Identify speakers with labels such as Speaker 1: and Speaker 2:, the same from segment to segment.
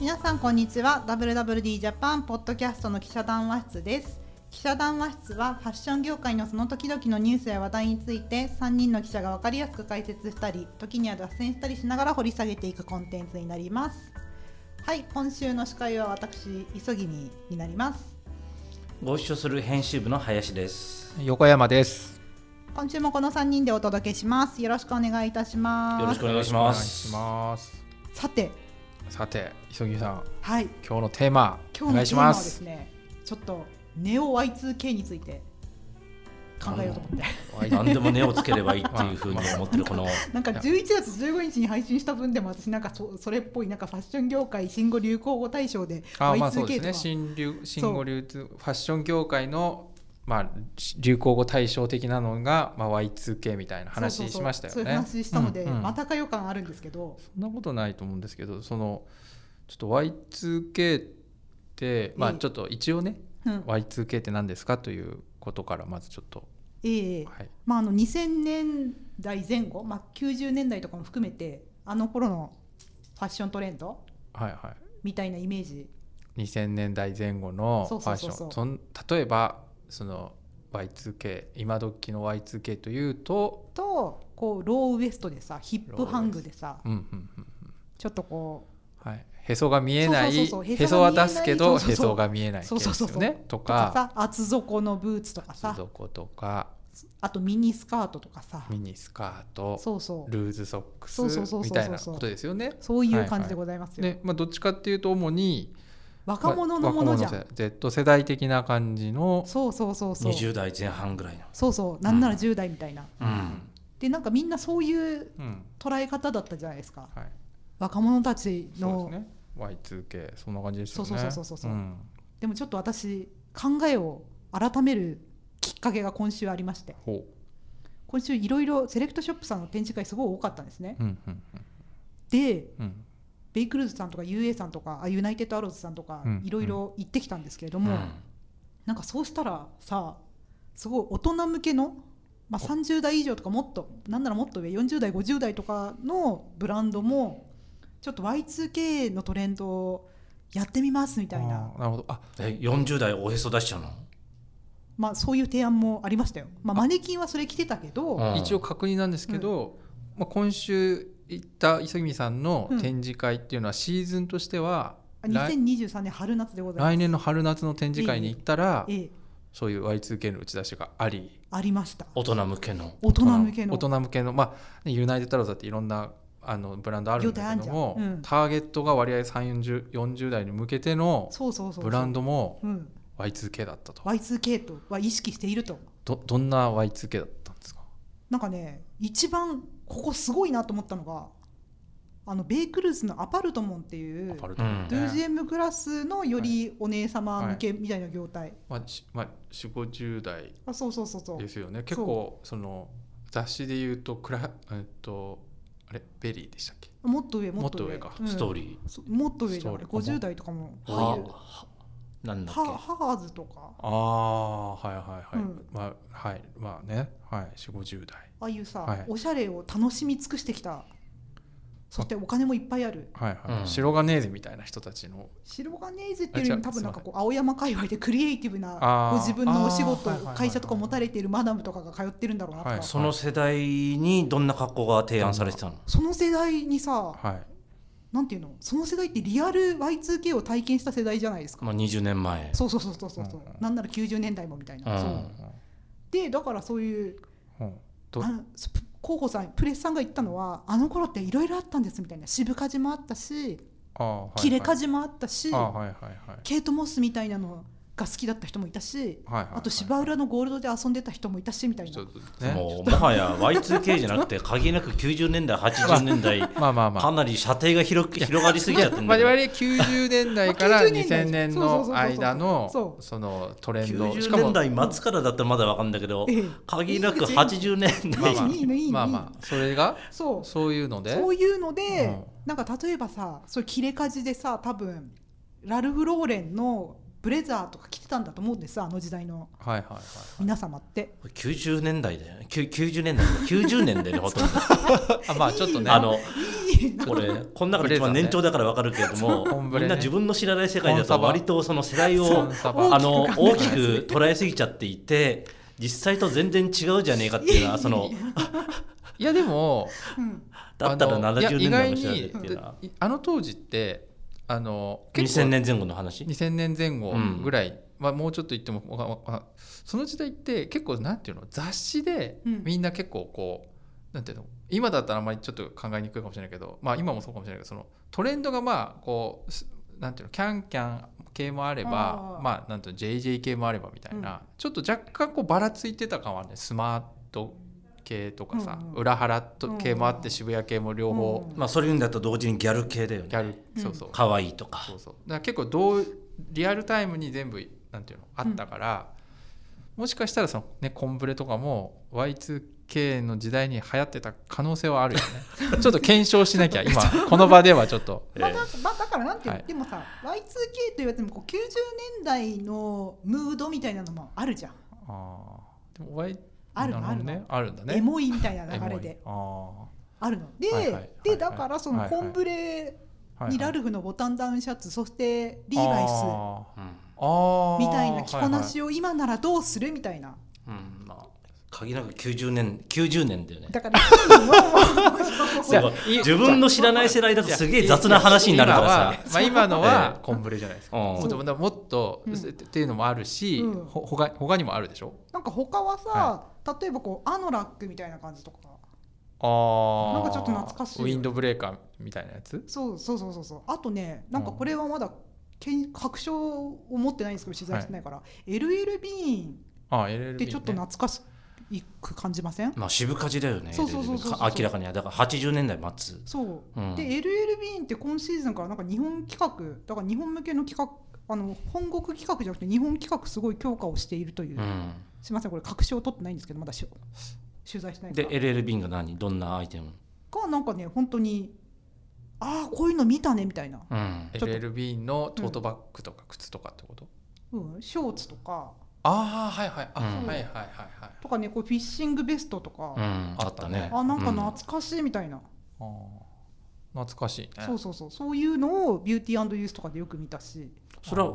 Speaker 1: 皆さんこんにちは WWD ジャパンポッドキャストの記者談話室です記者談話室はファッション業界のその時々のニュースや話題について3人の記者が分かりやすく解説したり時には脱線したりしながら掘り下げていくコンテンツになりますはい今週の司会は私急ぎにになります
Speaker 2: ご一緒する編集部の林です。
Speaker 3: 横山です。
Speaker 1: 今週もこの3人でお届けしますよろしくお願いいたします
Speaker 2: よろしくお願いし
Speaker 3: お
Speaker 2: ま
Speaker 3: 願い
Speaker 2: す。
Speaker 3: します。
Speaker 1: さて
Speaker 3: さて、急ぎさん、
Speaker 1: はい
Speaker 3: 今日のテーマ、
Speaker 1: 今
Speaker 3: お
Speaker 1: 日の
Speaker 3: 願
Speaker 1: テ
Speaker 3: いし
Speaker 1: ーマは
Speaker 3: ま
Speaker 1: です
Speaker 3: す。
Speaker 1: ねちょっとネオ Y2K について考えようと思って
Speaker 2: 何でも根をつければいいっていうふうに思ってるこ の
Speaker 1: なんか11月15日に配信した分でも私なんかそそれっぽいなんかファッション業界新語・流行語大賞で
Speaker 3: あ、ま
Speaker 1: Y2K
Speaker 3: あ
Speaker 1: と
Speaker 3: そう
Speaker 1: か、
Speaker 3: ですね。新流、新語流通、ファッション業界の、まあ流行語対象的なのが、まあ Y2K みたいな
Speaker 1: そうそう
Speaker 3: 話
Speaker 1: そう
Speaker 3: しましたよね。
Speaker 1: そういう話したので、
Speaker 3: うんうん
Speaker 1: またか予感あるんですけど、
Speaker 3: そんなことないと思うんですけど、そのちょっと Y2K って、まあ
Speaker 1: ええ
Speaker 3: ちょっと一応ね、
Speaker 1: うん、
Speaker 3: Y2K って何ですかということからまずちょっと、
Speaker 1: ええ
Speaker 3: はい。
Speaker 1: まああの2000年代前後、まあ、90年代とかも含めてあの頃のファッショントレンド
Speaker 3: はいはい。
Speaker 1: みたいなイメージ
Speaker 3: 2000年代前後のフ
Speaker 1: そう
Speaker 3: ァ
Speaker 1: そう
Speaker 3: ッ
Speaker 1: そ
Speaker 3: シ
Speaker 1: うそ
Speaker 3: ョン
Speaker 1: う
Speaker 3: そん例えばその Y2K 今時の Y2K というと、
Speaker 1: とこうローウエストでさヒップハングでさ
Speaker 3: うんうんうんうん
Speaker 1: ちょっとこ
Speaker 3: はい、へそが見えな
Speaker 1: そ
Speaker 3: い
Speaker 1: うそうそうそう
Speaker 3: へそは出すけど
Speaker 1: へそが見えない
Speaker 3: へそが見え
Speaker 1: そうそう
Speaker 3: ない系ですよ
Speaker 1: そうそう
Speaker 3: ねと
Speaker 1: うとか
Speaker 3: か
Speaker 1: さ厚底のブーツとかさ
Speaker 3: 厚底とか
Speaker 1: あとミニスカートとかさ
Speaker 3: ミニスカート
Speaker 1: そうそう
Speaker 3: ルーズソックス
Speaker 1: そうそうそうそうそう
Speaker 3: みたいなことですよね。
Speaker 1: そういう感じでございますよ。
Speaker 3: ねまあ、どっちかっていうと主に
Speaker 1: 若者のものじゃん。
Speaker 3: まあ若者世代 Z 世代的な感じの
Speaker 1: そうそうそうそう。
Speaker 2: 20代前半ぐらいの。
Speaker 1: そうそう、なんなら10代みたいな。
Speaker 2: うん。
Speaker 1: で、なんかみんなそういう
Speaker 3: うん
Speaker 1: 捉え方だったじゃないですか。
Speaker 3: はい、
Speaker 1: 若者たち
Speaker 3: そ
Speaker 1: の。
Speaker 3: うですね Y2K そんな感じですよね
Speaker 1: そうそうそうそうそう
Speaker 3: うん
Speaker 1: でもちょっと私、考えを改めるきっかけが今週ありまして、
Speaker 3: ほ
Speaker 1: 今週いろいろセレクトショップさんの展示会すごい多かったんですね。
Speaker 3: ううんうん
Speaker 1: で、
Speaker 3: うんうん
Speaker 1: ベイクルーズさんとか UA さんとか、あユナイテッドアローズさんとか
Speaker 3: うん、
Speaker 1: いろいろ行ってきたんですけれど
Speaker 2: う
Speaker 1: も、
Speaker 2: ん
Speaker 1: なんかそうしたらさすごい大人向けの、まあ、30代以上とかもっとなんならもっと上40代50代とかのブランドもちょっと Y2K のトレンドをやってみますみたいな
Speaker 3: あーなるほどあ
Speaker 2: え40代おへそ出しちゃうの
Speaker 1: まあ、そういう提案もありましたよ、まあ、マネキンはそれ着てたけど、
Speaker 2: うん
Speaker 3: 一応確認なんですけど、まあ、今週行った磯君さんの展示会っていうのはシーズンとしては、来
Speaker 1: 2023年春夏でございます
Speaker 3: 来年の春夏の展示会に行ったら、
Speaker 1: ええ
Speaker 3: そういう Y2K の打ち出しがあり
Speaker 1: ありました
Speaker 2: 大人向けの。
Speaker 1: 大人向けの
Speaker 3: 大人向けのまあねユナイテッドアローズだっていろんなあのブランドあるんだけども
Speaker 1: 業、態あんじゃんうん
Speaker 3: ターゲットが割合3 4 0代に向けての
Speaker 1: そうそうそう
Speaker 3: ブランドも
Speaker 1: うん
Speaker 3: Y2K だったと
Speaker 1: Y2K とは意識していると
Speaker 3: どどんな Y2K だったんですか
Speaker 1: なんかね一番ここすごいなと思ったのがあのベイクルーズのアパルトモンっていう
Speaker 3: アパル
Speaker 2: ト
Speaker 3: ト
Speaker 2: モン
Speaker 3: モン
Speaker 2: ね
Speaker 1: ドゥージエムクラスのよりお姉様向けみたいな業態、
Speaker 3: まあ、しまあ、4 5 0代
Speaker 1: あそうそうそうそう
Speaker 3: ですよね結構その雑誌で言うとクラ、えっと、あれベリーでしたっけ
Speaker 1: もっと上もっと上
Speaker 3: もっと上か
Speaker 2: ストー
Speaker 1: リ
Speaker 2: リ
Speaker 1: ー、そうもっと上じゃん
Speaker 3: ストーリー
Speaker 1: 50代とかも
Speaker 2: ー。
Speaker 1: ああいう
Speaker 2: ははなんだっ
Speaker 1: ハハーズとか
Speaker 3: ああはいはいはい、
Speaker 1: うん
Speaker 3: まあはいまあねはい4 5 0代
Speaker 1: ああいうさ、
Speaker 3: はい
Speaker 1: おしゃれを楽しみ尽くしてきたそしてお金もいっぱいある
Speaker 3: はいはい、
Speaker 2: うん
Speaker 3: 白金ネーゼみたいな人たちの
Speaker 1: 白金ネーズっていうよりも
Speaker 3: あ違う
Speaker 1: 多分なんかこう青山界隈でクリエイティブな
Speaker 3: あー
Speaker 1: ご自分のお仕事
Speaker 3: あーはいはいはいはい
Speaker 1: 会社とか持たれているマダムとかが通ってるんだろうなとか、
Speaker 3: はい
Speaker 2: け。その世代にどんな格好が提案されてたの
Speaker 1: その世代にさ
Speaker 3: はい
Speaker 1: なんていうのその世代ってリアル Y2K を体験した世代じゃないですか
Speaker 2: まあ20年前。
Speaker 1: そうそうそうそうそうそう、
Speaker 3: うんうん
Speaker 1: なんなら90年代もみたいな、
Speaker 2: うん
Speaker 1: そううんでだからそういう
Speaker 3: うんど
Speaker 1: あそ候補さんプレスさんが言ったのはあの頃っていろいろあったんですみたいな渋カジもあったし
Speaker 3: あーはいはい
Speaker 1: 切れカジもあったし、
Speaker 3: あーはいはいはい
Speaker 1: ケイト・モスみたいなのが好きだった人もいたし
Speaker 3: はいはいはい
Speaker 1: あと芝浦のゴールドで遊んでた人もいたしみたい
Speaker 3: ち
Speaker 1: な
Speaker 3: ょっとね
Speaker 2: もうもはや Y2K じゃな くて限りなく90年代80年代
Speaker 3: まあまあまあ
Speaker 2: かなり射程が広く広がりすぎちゃってんだけ
Speaker 3: 我
Speaker 2: ど
Speaker 3: 々90年代から
Speaker 1: 90年代
Speaker 3: 2000年
Speaker 1: そうそうそうそうそう
Speaker 3: の間の
Speaker 1: そう
Speaker 3: そのトレンドしか
Speaker 2: 90
Speaker 3: も
Speaker 2: 年代末からだったらまだわかんだけど
Speaker 1: ええ
Speaker 2: 限りなく80年
Speaker 3: まあ
Speaker 2: 代
Speaker 3: まあ
Speaker 1: いいのいいの
Speaker 3: まあ
Speaker 1: いいの
Speaker 3: まあそれが
Speaker 1: そう
Speaker 3: そういうので
Speaker 1: そういうので、
Speaker 3: うん
Speaker 1: なんか例えばさそういう切れ端でさ多分ラルフ・ローレンのブレザーとか着てたんだと思うんですあの時代の
Speaker 3: はいはいはい
Speaker 1: 皆様って、
Speaker 2: 90年代だよきゅ90年代だよ90年代でほとんど
Speaker 3: あまあちょっとね
Speaker 2: あの
Speaker 1: いいしいな
Speaker 2: これこの中で一番年長だからわかるけれども、
Speaker 3: そう
Speaker 2: みんな自分の知らない世界だ
Speaker 3: コンサ
Speaker 2: と
Speaker 3: バ
Speaker 2: 割とその世代
Speaker 3: コ
Speaker 2: を
Speaker 3: ンサバ
Speaker 2: あの大きく捉えすぎちゃっていて実際と全然違うじゃねえかっていうのはその
Speaker 3: いやでも
Speaker 1: うん
Speaker 2: だったら
Speaker 3: あのいや
Speaker 2: 70年代の人だっ
Speaker 3: 意
Speaker 2: て
Speaker 3: 外
Speaker 2: いう
Speaker 3: に
Speaker 2: のは
Speaker 3: であの当時ってあの結構
Speaker 2: 2000年前後の話
Speaker 3: 2000年前後
Speaker 2: うん
Speaker 3: ぐらい、まあ、もうちょっと言ってもわかわかその時代って結構なんていうの雑誌で
Speaker 1: うん
Speaker 3: みんな結構こう、なんていうの今だったらあんまりちょっと考えにくいかもしれないけど、まあ、今もそうかもしれないけどそのトレンドがまあこうすなんていうのキャンキャン系もあれば
Speaker 1: あー
Speaker 3: まあなんていうの JJ 系もあればみたいな、ちょっと若干こうばらついてた感はねスマート系とかさ、
Speaker 1: うんうん
Speaker 3: 裏腹と系もあって渋谷系も両方、
Speaker 1: うん
Speaker 2: まあそれ言うんだと同時にギャル系だよ
Speaker 3: ギ
Speaker 2: ね
Speaker 3: ャル、
Speaker 1: うん
Speaker 3: そうそう
Speaker 2: 可愛いとか
Speaker 3: そうそうだから結構どうリアルタイムに全部なんていうのあったから、もしかしたらその、ね、コンブレとかも Y2K の時代に流行ってた可能性はあるよ ねちょっと検証しなきゃ今この場ではちょっと
Speaker 1: まあ、
Speaker 2: え
Speaker 1: だまあだからなんていうの、
Speaker 3: はい
Speaker 1: でもさ Y2K というやつもこう90年代のムードみたいなのもあるじゃん、
Speaker 3: あーでも Y
Speaker 1: ある
Speaker 3: な
Speaker 1: の
Speaker 3: るほどねあるんだね
Speaker 1: エモいみたいな流れ
Speaker 3: エモい
Speaker 1: で
Speaker 3: あー
Speaker 1: あるので、
Speaker 3: はいはいはいは
Speaker 1: で
Speaker 3: い
Speaker 1: だからそのコンブレ
Speaker 3: はい
Speaker 1: にラ
Speaker 3: ル
Speaker 1: ルフのボタンダウンシャツそしてリーバイス
Speaker 3: あ
Speaker 2: うん
Speaker 3: ー
Speaker 1: みたいな着こな
Speaker 3: を、
Speaker 1: しを今ならどうするみたいな
Speaker 2: うんまあ限りなく90年90年だよね
Speaker 1: だから 今
Speaker 2: すごい
Speaker 3: いや
Speaker 2: 自分の知らない世代だとすげえ雑な話になるからさ
Speaker 3: 今は、まあ、今 のはコンブレじゃないですか、
Speaker 2: うん
Speaker 3: もっとももっと、
Speaker 1: うん
Speaker 3: っていうのもあるし、
Speaker 1: うん
Speaker 3: ほほか他にもあるでしょ
Speaker 1: なんか他はさ、
Speaker 3: は
Speaker 1: 例えばこうアノラックみたいな感じとか
Speaker 3: あ
Speaker 1: なんかちょっと懐かしいよ
Speaker 3: ウ
Speaker 1: ね
Speaker 3: ィンドブレーカーみたいなやつ
Speaker 1: そうそうそうそうそうあとねなんかこれはまだけん確証を持ってないんですけど取材してないから、LL ビーン
Speaker 3: ああ LLB
Speaker 1: っ
Speaker 3: ね
Speaker 1: てちょっと懐かしく感じません、
Speaker 2: まあ渋かじだよね
Speaker 1: そうそうそうそうそう
Speaker 2: か明らかにだから80年代末
Speaker 1: そう
Speaker 2: うん
Speaker 1: で LL ビーンって今シーズンからなんか日本企画だから日本向けの企画あの本国企画じゃなくて日本企画すごい強化をしているという、
Speaker 2: うん
Speaker 1: すみませんこれ確証を取ってないんですけどまだし取材してないか
Speaker 2: で
Speaker 1: ら
Speaker 2: LL ビンが何どんなアイテム
Speaker 1: がなんかね本当にああこういうの見たねみたいな、
Speaker 2: うん
Speaker 1: ちょっと
Speaker 3: LLB のトートバッグとか靴とかってこと、
Speaker 1: うん、ショーツとか
Speaker 3: ああはいはいあ、
Speaker 2: うん
Speaker 3: はいはいはいはい
Speaker 1: とかねこうフィッシングベストと
Speaker 2: う
Speaker 1: か、
Speaker 2: んあったね
Speaker 1: あなんか懐かしいみたいな、
Speaker 3: あー懐かしいね
Speaker 1: そうそうそうそういうのをビューティーユースとかでよく見たしい
Speaker 2: それは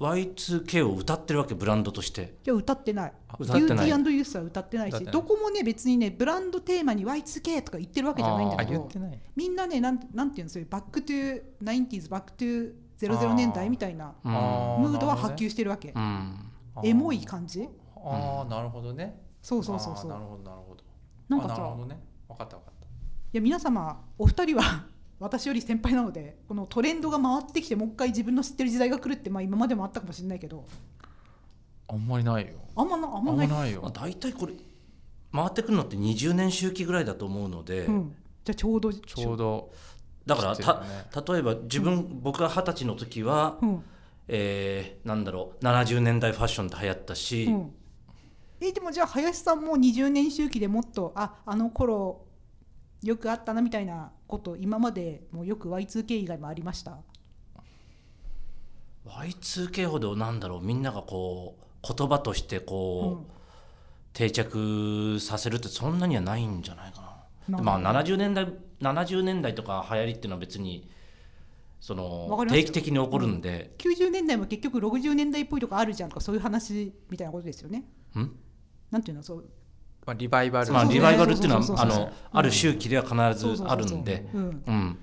Speaker 2: Y2K を歌ってるわけブランドとして
Speaker 1: や歌ってない
Speaker 3: あ
Speaker 1: ビ
Speaker 2: 歌っ
Speaker 1: ュー
Speaker 2: て
Speaker 1: テ
Speaker 2: な
Speaker 1: ィ
Speaker 2: い
Speaker 1: ーユースは歌ってないし
Speaker 3: 歌ってない
Speaker 1: どこもね別にねブランドテーマに Y2K とか言ってるわけじゃないんだけ
Speaker 3: あーあ言
Speaker 1: ど
Speaker 3: ってない
Speaker 1: みんなねなんなんていうんですよバックトゥー 90s バックトゥー00年代みたいな
Speaker 2: うん
Speaker 3: あ
Speaker 1: ムードは
Speaker 3: なる
Speaker 1: 波
Speaker 3: ほどね
Speaker 1: 及してるわけ
Speaker 2: うん
Speaker 1: エモい感じ
Speaker 3: ああなるほどね
Speaker 1: そうそうそうそう
Speaker 3: あーなるほどなるほど
Speaker 1: なんか
Speaker 3: あなる
Speaker 1: さ
Speaker 3: ほどね分かった分かった
Speaker 1: いや皆様お二人は 私より先輩なのでこのトレンドが回ってきてもう一回自分の知ってる時代が来るって、まあ、今までもあったかもしれないけど
Speaker 3: あんまりないよ
Speaker 1: あんまなあ
Speaker 3: あ
Speaker 1: んまない
Speaker 3: ない
Speaker 2: まあ大体これ回ってくるのって20年周期ぐらいだと思うので
Speaker 1: うん、じゃあちょうど
Speaker 3: ちょうど
Speaker 2: だから
Speaker 3: 知ってる
Speaker 2: た
Speaker 3: よね
Speaker 2: 例えば自分僕が二十歳の時は
Speaker 1: うん
Speaker 2: えーなんだろう70年代ファッションって流行ったし
Speaker 1: うん、えでもじゃあ林さんも20年周期でもっとああの頃よくあったなみたいなこと今までもうよく Y2K 以外もありました
Speaker 2: Y2K ほどなんだろうみんながこう言葉としてこう、定着させるってそんなにはないんじゃないかな。
Speaker 1: な
Speaker 2: ま
Speaker 1: ん
Speaker 2: あ
Speaker 1: だ
Speaker 2: 70年代70年代とか流行りっていうのは別にそ
Speaker 1: わかり
Speaker 2: の
Speaker 1: ますよ
Speaker 2: 定期的に起こるんで、
Speaker 1: 90年代も結局60年代っぽいとかあるじゃんとかそういう話みたいなことですよね
Speaker 2: ん
Speaker 1: なんていうのそう
Speaker 3: まあリバイバル
Speaker 2: まあ
Speaker 1: そうそう
Speaker 2: リバイバルっていうのは
Speaker 1: そうそう
Speaker 2: あ
Speaker 1: そうそう
Speaker 2: のある周期では必
Speaker 1: そう
Speaker 2: ず
Speaker 1: そうそうそう
Speaker 2: あるんで、
Speaker 1: うん
Speaker 2: うん、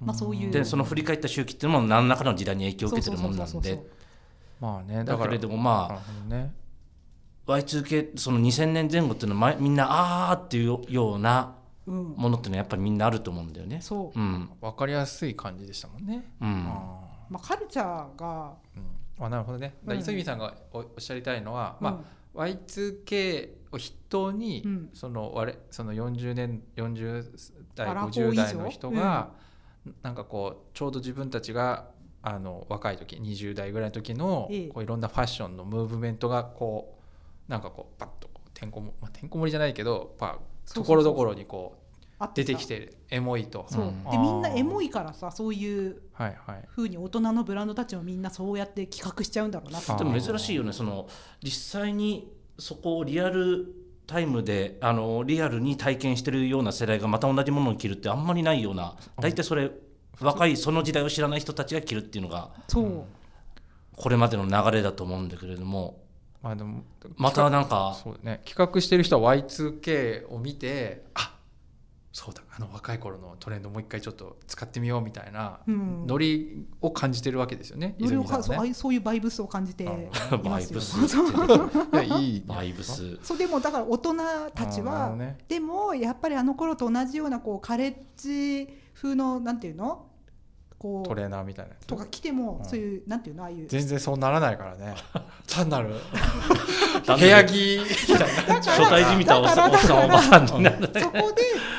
Speaker 1: まあそういう
Speaker 2: でその振り返った周期っていうのも何らかの時代に影響を受けてるもんな
Speaker 1: そ
Speaker 2: ん
Speaker 1: うそうそう
Speaker 2: で
Speaker 1: そうそう
Speaker 3: まあねだ
Speaker 2: だ
Speaker 3: か
Speaker 2: け
Speaker 3: ら
Speaker 2: れどもま
Speaker 3: なるほどね
Speaker 2: あ Y2K その2000年前後っていうのはまみんなあーっていうような
Speaker 1: うん
Speaker 2: ものっていうのはやっぱりみんなあると思うんだよね。
Speaker 1: そう
Speaker 2: うん
Speaker 3: 分かりやすい感じでしたもんね。
Speaker 2: うん
Speaker 3: あ
Speaker 1: まあ、カルチャーが、
Speaker 3: ーうんあなるほどね。だから
Speaker 1: うん
Speaker 3: 磯君さんがおおっしゃりたいのは、まあ、Y2K を筆頭に、
Speaker 1: うん
Speaker 3: その我々その40年40代
Speaker 1: アラフォー
Speaker 3: 50
Speaker 1: 以
Speaker 3: 代
Speaker 1: 上
Speaker 3: の人が、なんかこうちょうど自分たちがあの若い時20代ぐらいの時の、
Speaker 1: ええ
Speaker 3: こういろんなファッションのムーブメントがこうなんかこうパッとこうてんこも、まあ、てんこ盛りじゃないけどパ
Speaker 1: そうそ
Speaker 3: と
Speaker 1: うそ
Speaker 3: こ
Speaker 1: う
Speaker 3: ろどころにこう
Speaker 1: あって
Speaker 3: 出
Speaker 1: さ
Speaker 3: てきてるエモいと。
Speaker 1: そう、
Speaker 2: うん
Speaker 1: でみんなエモ
Speaker 3: い
Speaker 1: いからさそういう
Speaker 3: はいはい
Speaker 1: ふうに大人のブランドたちもみんなそうやって企画しちゃうんだろうなって
Speaker 3: あー
Speaker 2: でも珍しいよねその実際にそこをリアルタイムであのリアルに体験してるような世代がまた同じものを着るってあんまりないような大体それ若いその時代を知らない人たちが着るっていうのが
Speaker 1: そう
Speaker 2: これまでの流れだと思うんだけれども
Speaker 3: まあでも
Speaker 2: またなんか
Speaker 3: そうだね企画してる人は Y2K を見てあそうだあの若い頃のトレンドもう一回ちょっと使ってみようみたいな
Speaker 1: うん
Speaker 3: ノリを感じてるわけですよね、
Speaker 1: いろいろか
Speaker 3: 泉さ
Speaker 1: そ
Speaker 3: ん
Speaker 1: うあ
Speaker 3: は
Speaker 1: あ
Speaker 3: ね
Speaker 1: いうそういうバイブスを感じてい
Speaker 3: あ
Speaker 2: バ
Speaker 1: ま
Speaker 2: イ
Speaker 1: す
Speaker 2: ブ
Speaker 1: よ
Speaker 2: ス
Speaker 1: そう
Speaker 3: いやいい
Speaker 2: バイブス
Speaker 1: そうでもだから大人たち
Speaker 3: あーなるほ
Speaker 1: は
Speaker 3: どね
Speaker 1: でもやっぱりあの頃と同じようなこうカレッジ風のなんていうのこ
Speaker 3: ト
Speaker 1: う
Speaker 3: レーナーみたいなやつ
Speaker 1: とか来ても
Speaker 3: うん
Speaker 1: そういうなんていうのああいう
Speaker 3: 全然そうならないから ね単なる
Speaker 2: 単なる
Speaker 3: 部屋着みたいになっちゃう
Speaker 2: 初対じみたおっさんお
Speaker 1: だ
Speaker 2: っ
Speaker 1: か
Speaker 2: さん
Speaker 1: ら
Speaker 2: おばさんに なる
Speaker 1: そこで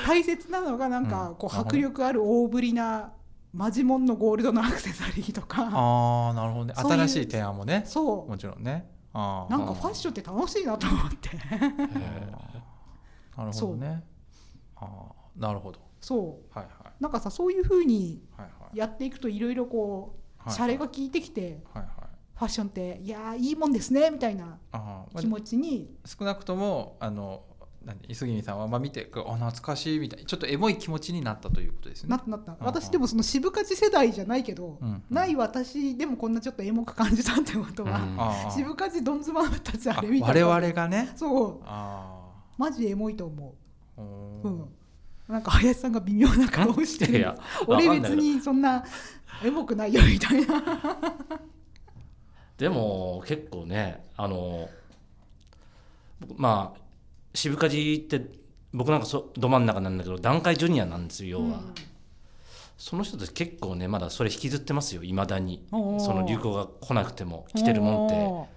Speaker 1: 大切なのがなんかこう
Speaker 3: うん
Speaker 1: 迫力ある大ぶりなマジモンのゴールドのアクセサリーとか
Speaker 3: ああなるほどね
Speaker 1: そういう
Speaker 3: 新しい提案もね
Speaker 1: そ
Speaker 3: もちろんねあ
Speaker 1: う
Speaker 3: ー
Speaker 1: なんかファッションって楽しいなと思って
Speaker 3: なるほどねああなるほど
Speaker 1: そう
Speaker 3: はいはい
Speaker 1: なんかさそういうふうに
Speaker 3: はいはい
Speaker 1: やっていくといろいろこうシャレが効いてきて
Speaker 3: はいはい
Speaker 1: ファッションっていやーいいもんですねみたいな
Speaker 3: あーまあ
Speaker 1: 気持ちに
Speaker 3: 少なくともあの何伊杉さんはまあ見てあ懐かしいみたいなちょっとエモい気持ちになったということですね
Speaker 1: なったなった
Speaker 3: んうん
Speaker 1: 私でもその渋勝ち世代じゃないけど
Speaker 3: うん
Speaker 1: ない私でもこんなちょっとエモく感じたってことは
Speaker 2: うん
Speaker 3: あー
Speaker 1: 渋勝ちどん詰まったちあ
Speaker 3: あ
Speaker 1: れみたい
Speaker 3: 我
Speaker 1: な
Speaker 3: 々がね
Speaker 1: そう
Speaker 3: あ
Speaker 1: マジエモいと思う
Speaker 3: あうん
Speaker 1: うん、なんか林さんが微妙な顔をして
Speaker 2: い
Speaker 1: る
Speaker 2: や
Speaker 1: 俺
Speaker 2: わかんな
Speaker 1: 別
Speaker 2: いけど
Speaker 1: にそんなエモくないよみたいな
Speaker 2: でも結構ねあの僕まあ渋かじって僕なんかそど真ん中なんだけど団塊ジュニアなんですよ要は、その人たち結構ねまだそれ引きずってますよいまだにそ
Speaker 1: おー
Speaker 2: の流行が来なくても来てるもんって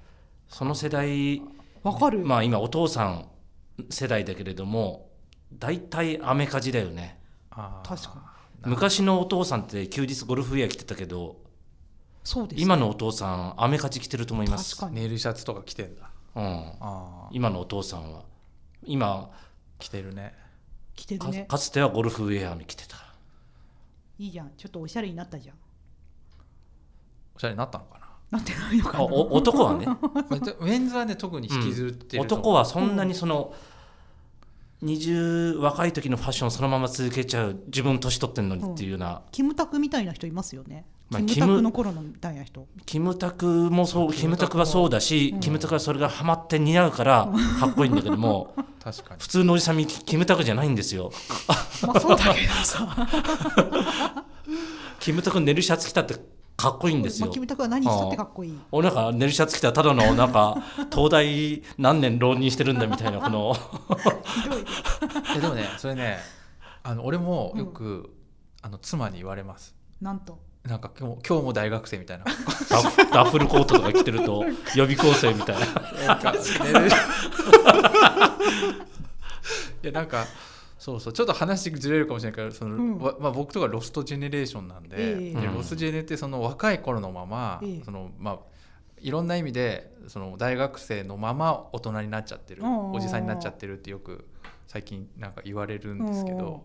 Speaker 2: その世代
Speaker 1: わかる、
Speaker 2: まあ今お父さん世代だけれども大体アメカジだよね
Speaker 3: あー
Speaker 1: 確かに
Speaker 2: 昔のお父さんって休日ゴルフウェア着てたけど
Speaker 1: そうです
Speaker 2: 今のお父さんアメカジ着てると思います
Speaker 1: 確かに
Speaker 3: ネイルシャツとか着てんだ
Speaker 2: うん、
Speaker 3: ああ
Speaker 2: 今のお父さんは今
Speaker 3: 着てるね
Speaker 1: 着てる
Speaker 2: か
Speaker 1: ね
Speaker 2: かつてはゴルフウェアに着てた
Speaker 1: いいじゃんちょっとおしゃれになったじゃん
Speaker 3: おしゃれになったのか
Speaker 1: な
Speaker 3: な
Speaker 1: ってないのか
Speaker 2: あ
Speaker 1: な
Speaker 2: お男はね
Speaker 3: まあでメンズはね特に引きずってると思う
Speaker 2: 男はそんなにその、20若い時のファッションをそのまま続けちゃう自分年取ってんのにっていうような、
Speaker 1: キムタクみたいな人いますよね、
Speaker 2: まあ
Speaker 1: キムタクの頃のみたいな人
Speaker 2: キムタクもそう
Speaker 3: キ
Speaker 2: キ
Speaker 3: ム
Speaker 2: ム
Speaker 3: タ
Speaker 2: タ
Speaker 3: ク
Speaker 2: ク
Speaker 3: も
Speaker 2: はそうだし、キムタクはそれがハマって似合うからかっこいいんだけども
Speaker 3: 確かに
Speaker 2: 普通のおじさんにキキムタクじゃないんですよ
Speaker 1: まあそうだけどさ、
Speaker 2: キムタク寝るシャツ着たってかっこいいんです
Speaker 1: ま
Speaker 2: よ、
Speaker 1: あ、キムタクは何したってかっこいい
Speaker 2: 俺なんか寝るシャツ着たらただのなんか東大何年浪人してるんだみたいなこの
Speaker 1: ひどい
Speaker 3: えでもねそれねあの俺もよく、あの妻に言われます
Speaker 1: なんと
Speaker 3: なんか今日今日も大学生 みたいな
Speaker 2: ダフダッフルコートとか着てると予備校生みたいな
Speaker 3: なんか寝る いやなんかそうそうちょっと話ずれるかもしれないけどその、
Speaker 1: うん
Speaker 3: わまあ、僕とかロストジェネレーションなんで,で、
Speaker 1: ええ
Speaker 2: うん
Speaker 3: ロスジェネってその若い頃のまま、
Speaker 1: ええ
Speaker 3: そのまあいろんな意味でその大学生のまま大人になっちゃってる
Speaker 1: うんうんうん
Speaker 3: おじさんになっちゃってるってよく最近なんか言われるんですけ
Speaker 1: うんうん
Speaker 3: ど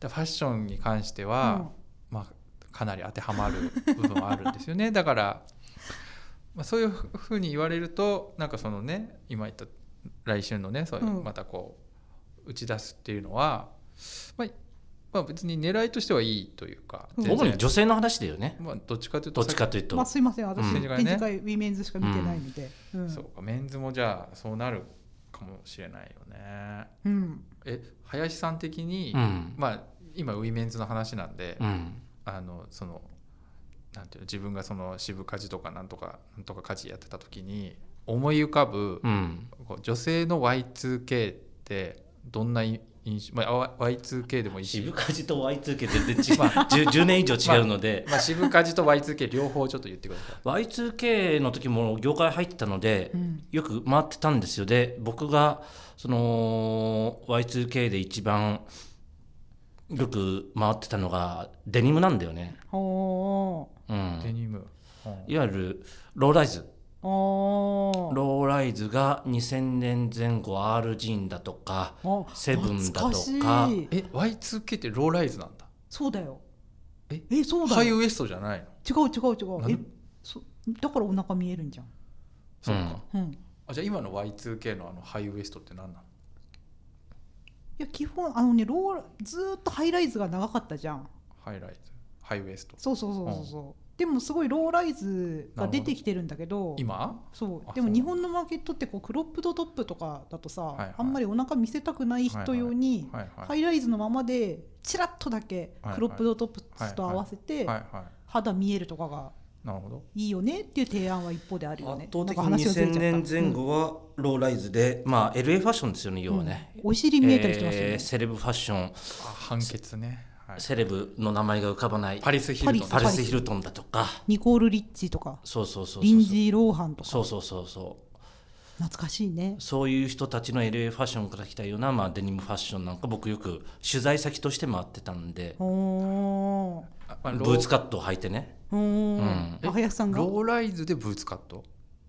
Speaker 3: だからファッションに関しては、まあ、かなり当てはまる部分はあるんですよね だから、まあ、そういうふうに言われるとなんかそのね今言った来春のねそういう
Speaker 1: うん
Speaker 3: またこう打ち出すっていうのは、まあまあ、別に狙いとしてはいいというか、
Speaker 1: うん
Speaker 3: 全
Speaker 2: 主
Speaker 3: 然
Speaker 2: に女性の話だよね
Speaker 3: まあ、どっちかというと
Speaker 2: どっちかという
Speaker 1: う
Speaker 2: と、
Speaker 1: んまあすいません私、
Speaker 2: うん
Speaker 1: 展示会ウィメンズしか見てないので、うん
Speaker 3: そうかメンズもじゃあそうなるかもしれないよね。
Speaker 1: うん
Speaker 3: え林さん的に、
Speaker 2: うん
Speaker 3: まあ、今ウィメンズの話なんで、
Speaker 2: うん
Speaker 3: あのそのなんていうの自分がその渋家事とかなんとかなんとか家事やってた時に思い浮かぶ、
Speaker 2: うん
Speaker 3: こう女性の Y2K ってどんな印象、まあ、あ Y2K でもいいし
Speaker 2: 渋梶と Y2K 全然違う、10, 10年以上違うので、
Speaker 3: まあ、渋家事と Y2K 両方ちょっと言ってください。
Speaker 2: Y2K の時も業界入ってたので、
Speaker 1: うん
Speaker 2: よく回ってたんですよで僕がその Y2K で一番よく回ってたのがデニムなんだよね、
Speaker 1: お
Speaker 2: う
Speaker 3: デ
Speaker 2: ん、
Speaker 3: ニム、うん
Speaker 2: いわゆるローライズ
Speaker 1: ーおー
Speaker 2: ローライズが2000年前後 R ジーンだとか
Speaker 1: あ
Speaker 2: セブンだとか
Speaker 1: 懐かしい
Speaker 3: え Y2K ってローライズなんだ
Speaker 1: そうだよ
Speaker 3: え
Speaker 1: えそう
Speaker 3: ハ
Speaker 1: だ
Speaker 3: イ
Speaker 1: よ
Speaker 3: ウエストじゃない
Speaker 1: 違
Speaker 3: の
Speaker 1: う違う違
Speaker 3: な
Speaker 1: うんえそだからお腹見えるんじゃん
Speaker 3: そう
Speaker 2: うん
Speaker 3: か、
Speaker 1: うん
Speaker 3: あじゃあ今の Y2K のあのハイウエストって何なの
Speaker 1: や基本あのねローラずーっとハイライズが長かったじゃん
Speaker 3: ハイライズハイウエスト
Speaker 1: そうそうそうそうそう、でもすごいローライズが出てきてるんだけど
Speaker 3: 今
Speaker 1: そ
Speaker 3: あ
Speaker 1: うでも
Speaker 3: そう
Speaker 1: 日本のマーケットってこうクロップドトップとかだとさ、
Speaker 3: いはい
Speaker 1: あんまりお腹見せたくない人用に、
Speaker 3: はい
Speaker 1: ハ
Speaker 3: はい
Speaker 1: イライズのままでチラッとだけ
Speaker 3: はいはい
Speaker 1: クロップドトップスと合わせて
Speaker 3: はいはい
Speaker 1: 肌見えるとかが
Speaker 3: なるほど
Speaker 1: いいよねっていう提案は一方であるよね
Speaker 2: 圧倒的
Speaker 1: なんか話
Speaker 2: に
Speaker 1: がずれちゃっ
Speaker 2: 2000
Speaker 1: た
Speaker 2: 年前後はローライズで、まあ LA ファッションですよね要はね、
Speaker 1: うんお尻見えたりしてますよね、
Speaker 2: えーセレブファッション
Speaker 3: あ判決ね、はい、
Speaker 2: セレブの名前が浮かばない
Speaker 3: パリス・ヒルトン
Speaker 2: パ
Speaker 1: リ
Speaker 2: リス・ヒルトンだとか
Speaker 1: ニコール・リッチとか
Speaker 2: そうそうそうそう
Speaker 1: リンジー・ローハンとか
Speaker 2: そうそうそうそう
Speaker 1: 懐かしいね
Speaker 2: そういう人たちの LA ファッションから来たような、まあ、デニムファッションなんか僕よく取材先として回ってたんで
Speaker 1: おお
Speaker 3: あ
Speaker 2: ブ
Speaker 3: まあロ
Speaker 2: ーツカットを履いてね
Speaker 1: ーおー、
Speaker 2: うん
Speaker 1: あ林さんが
Speaker 3: ローライズでブーツカット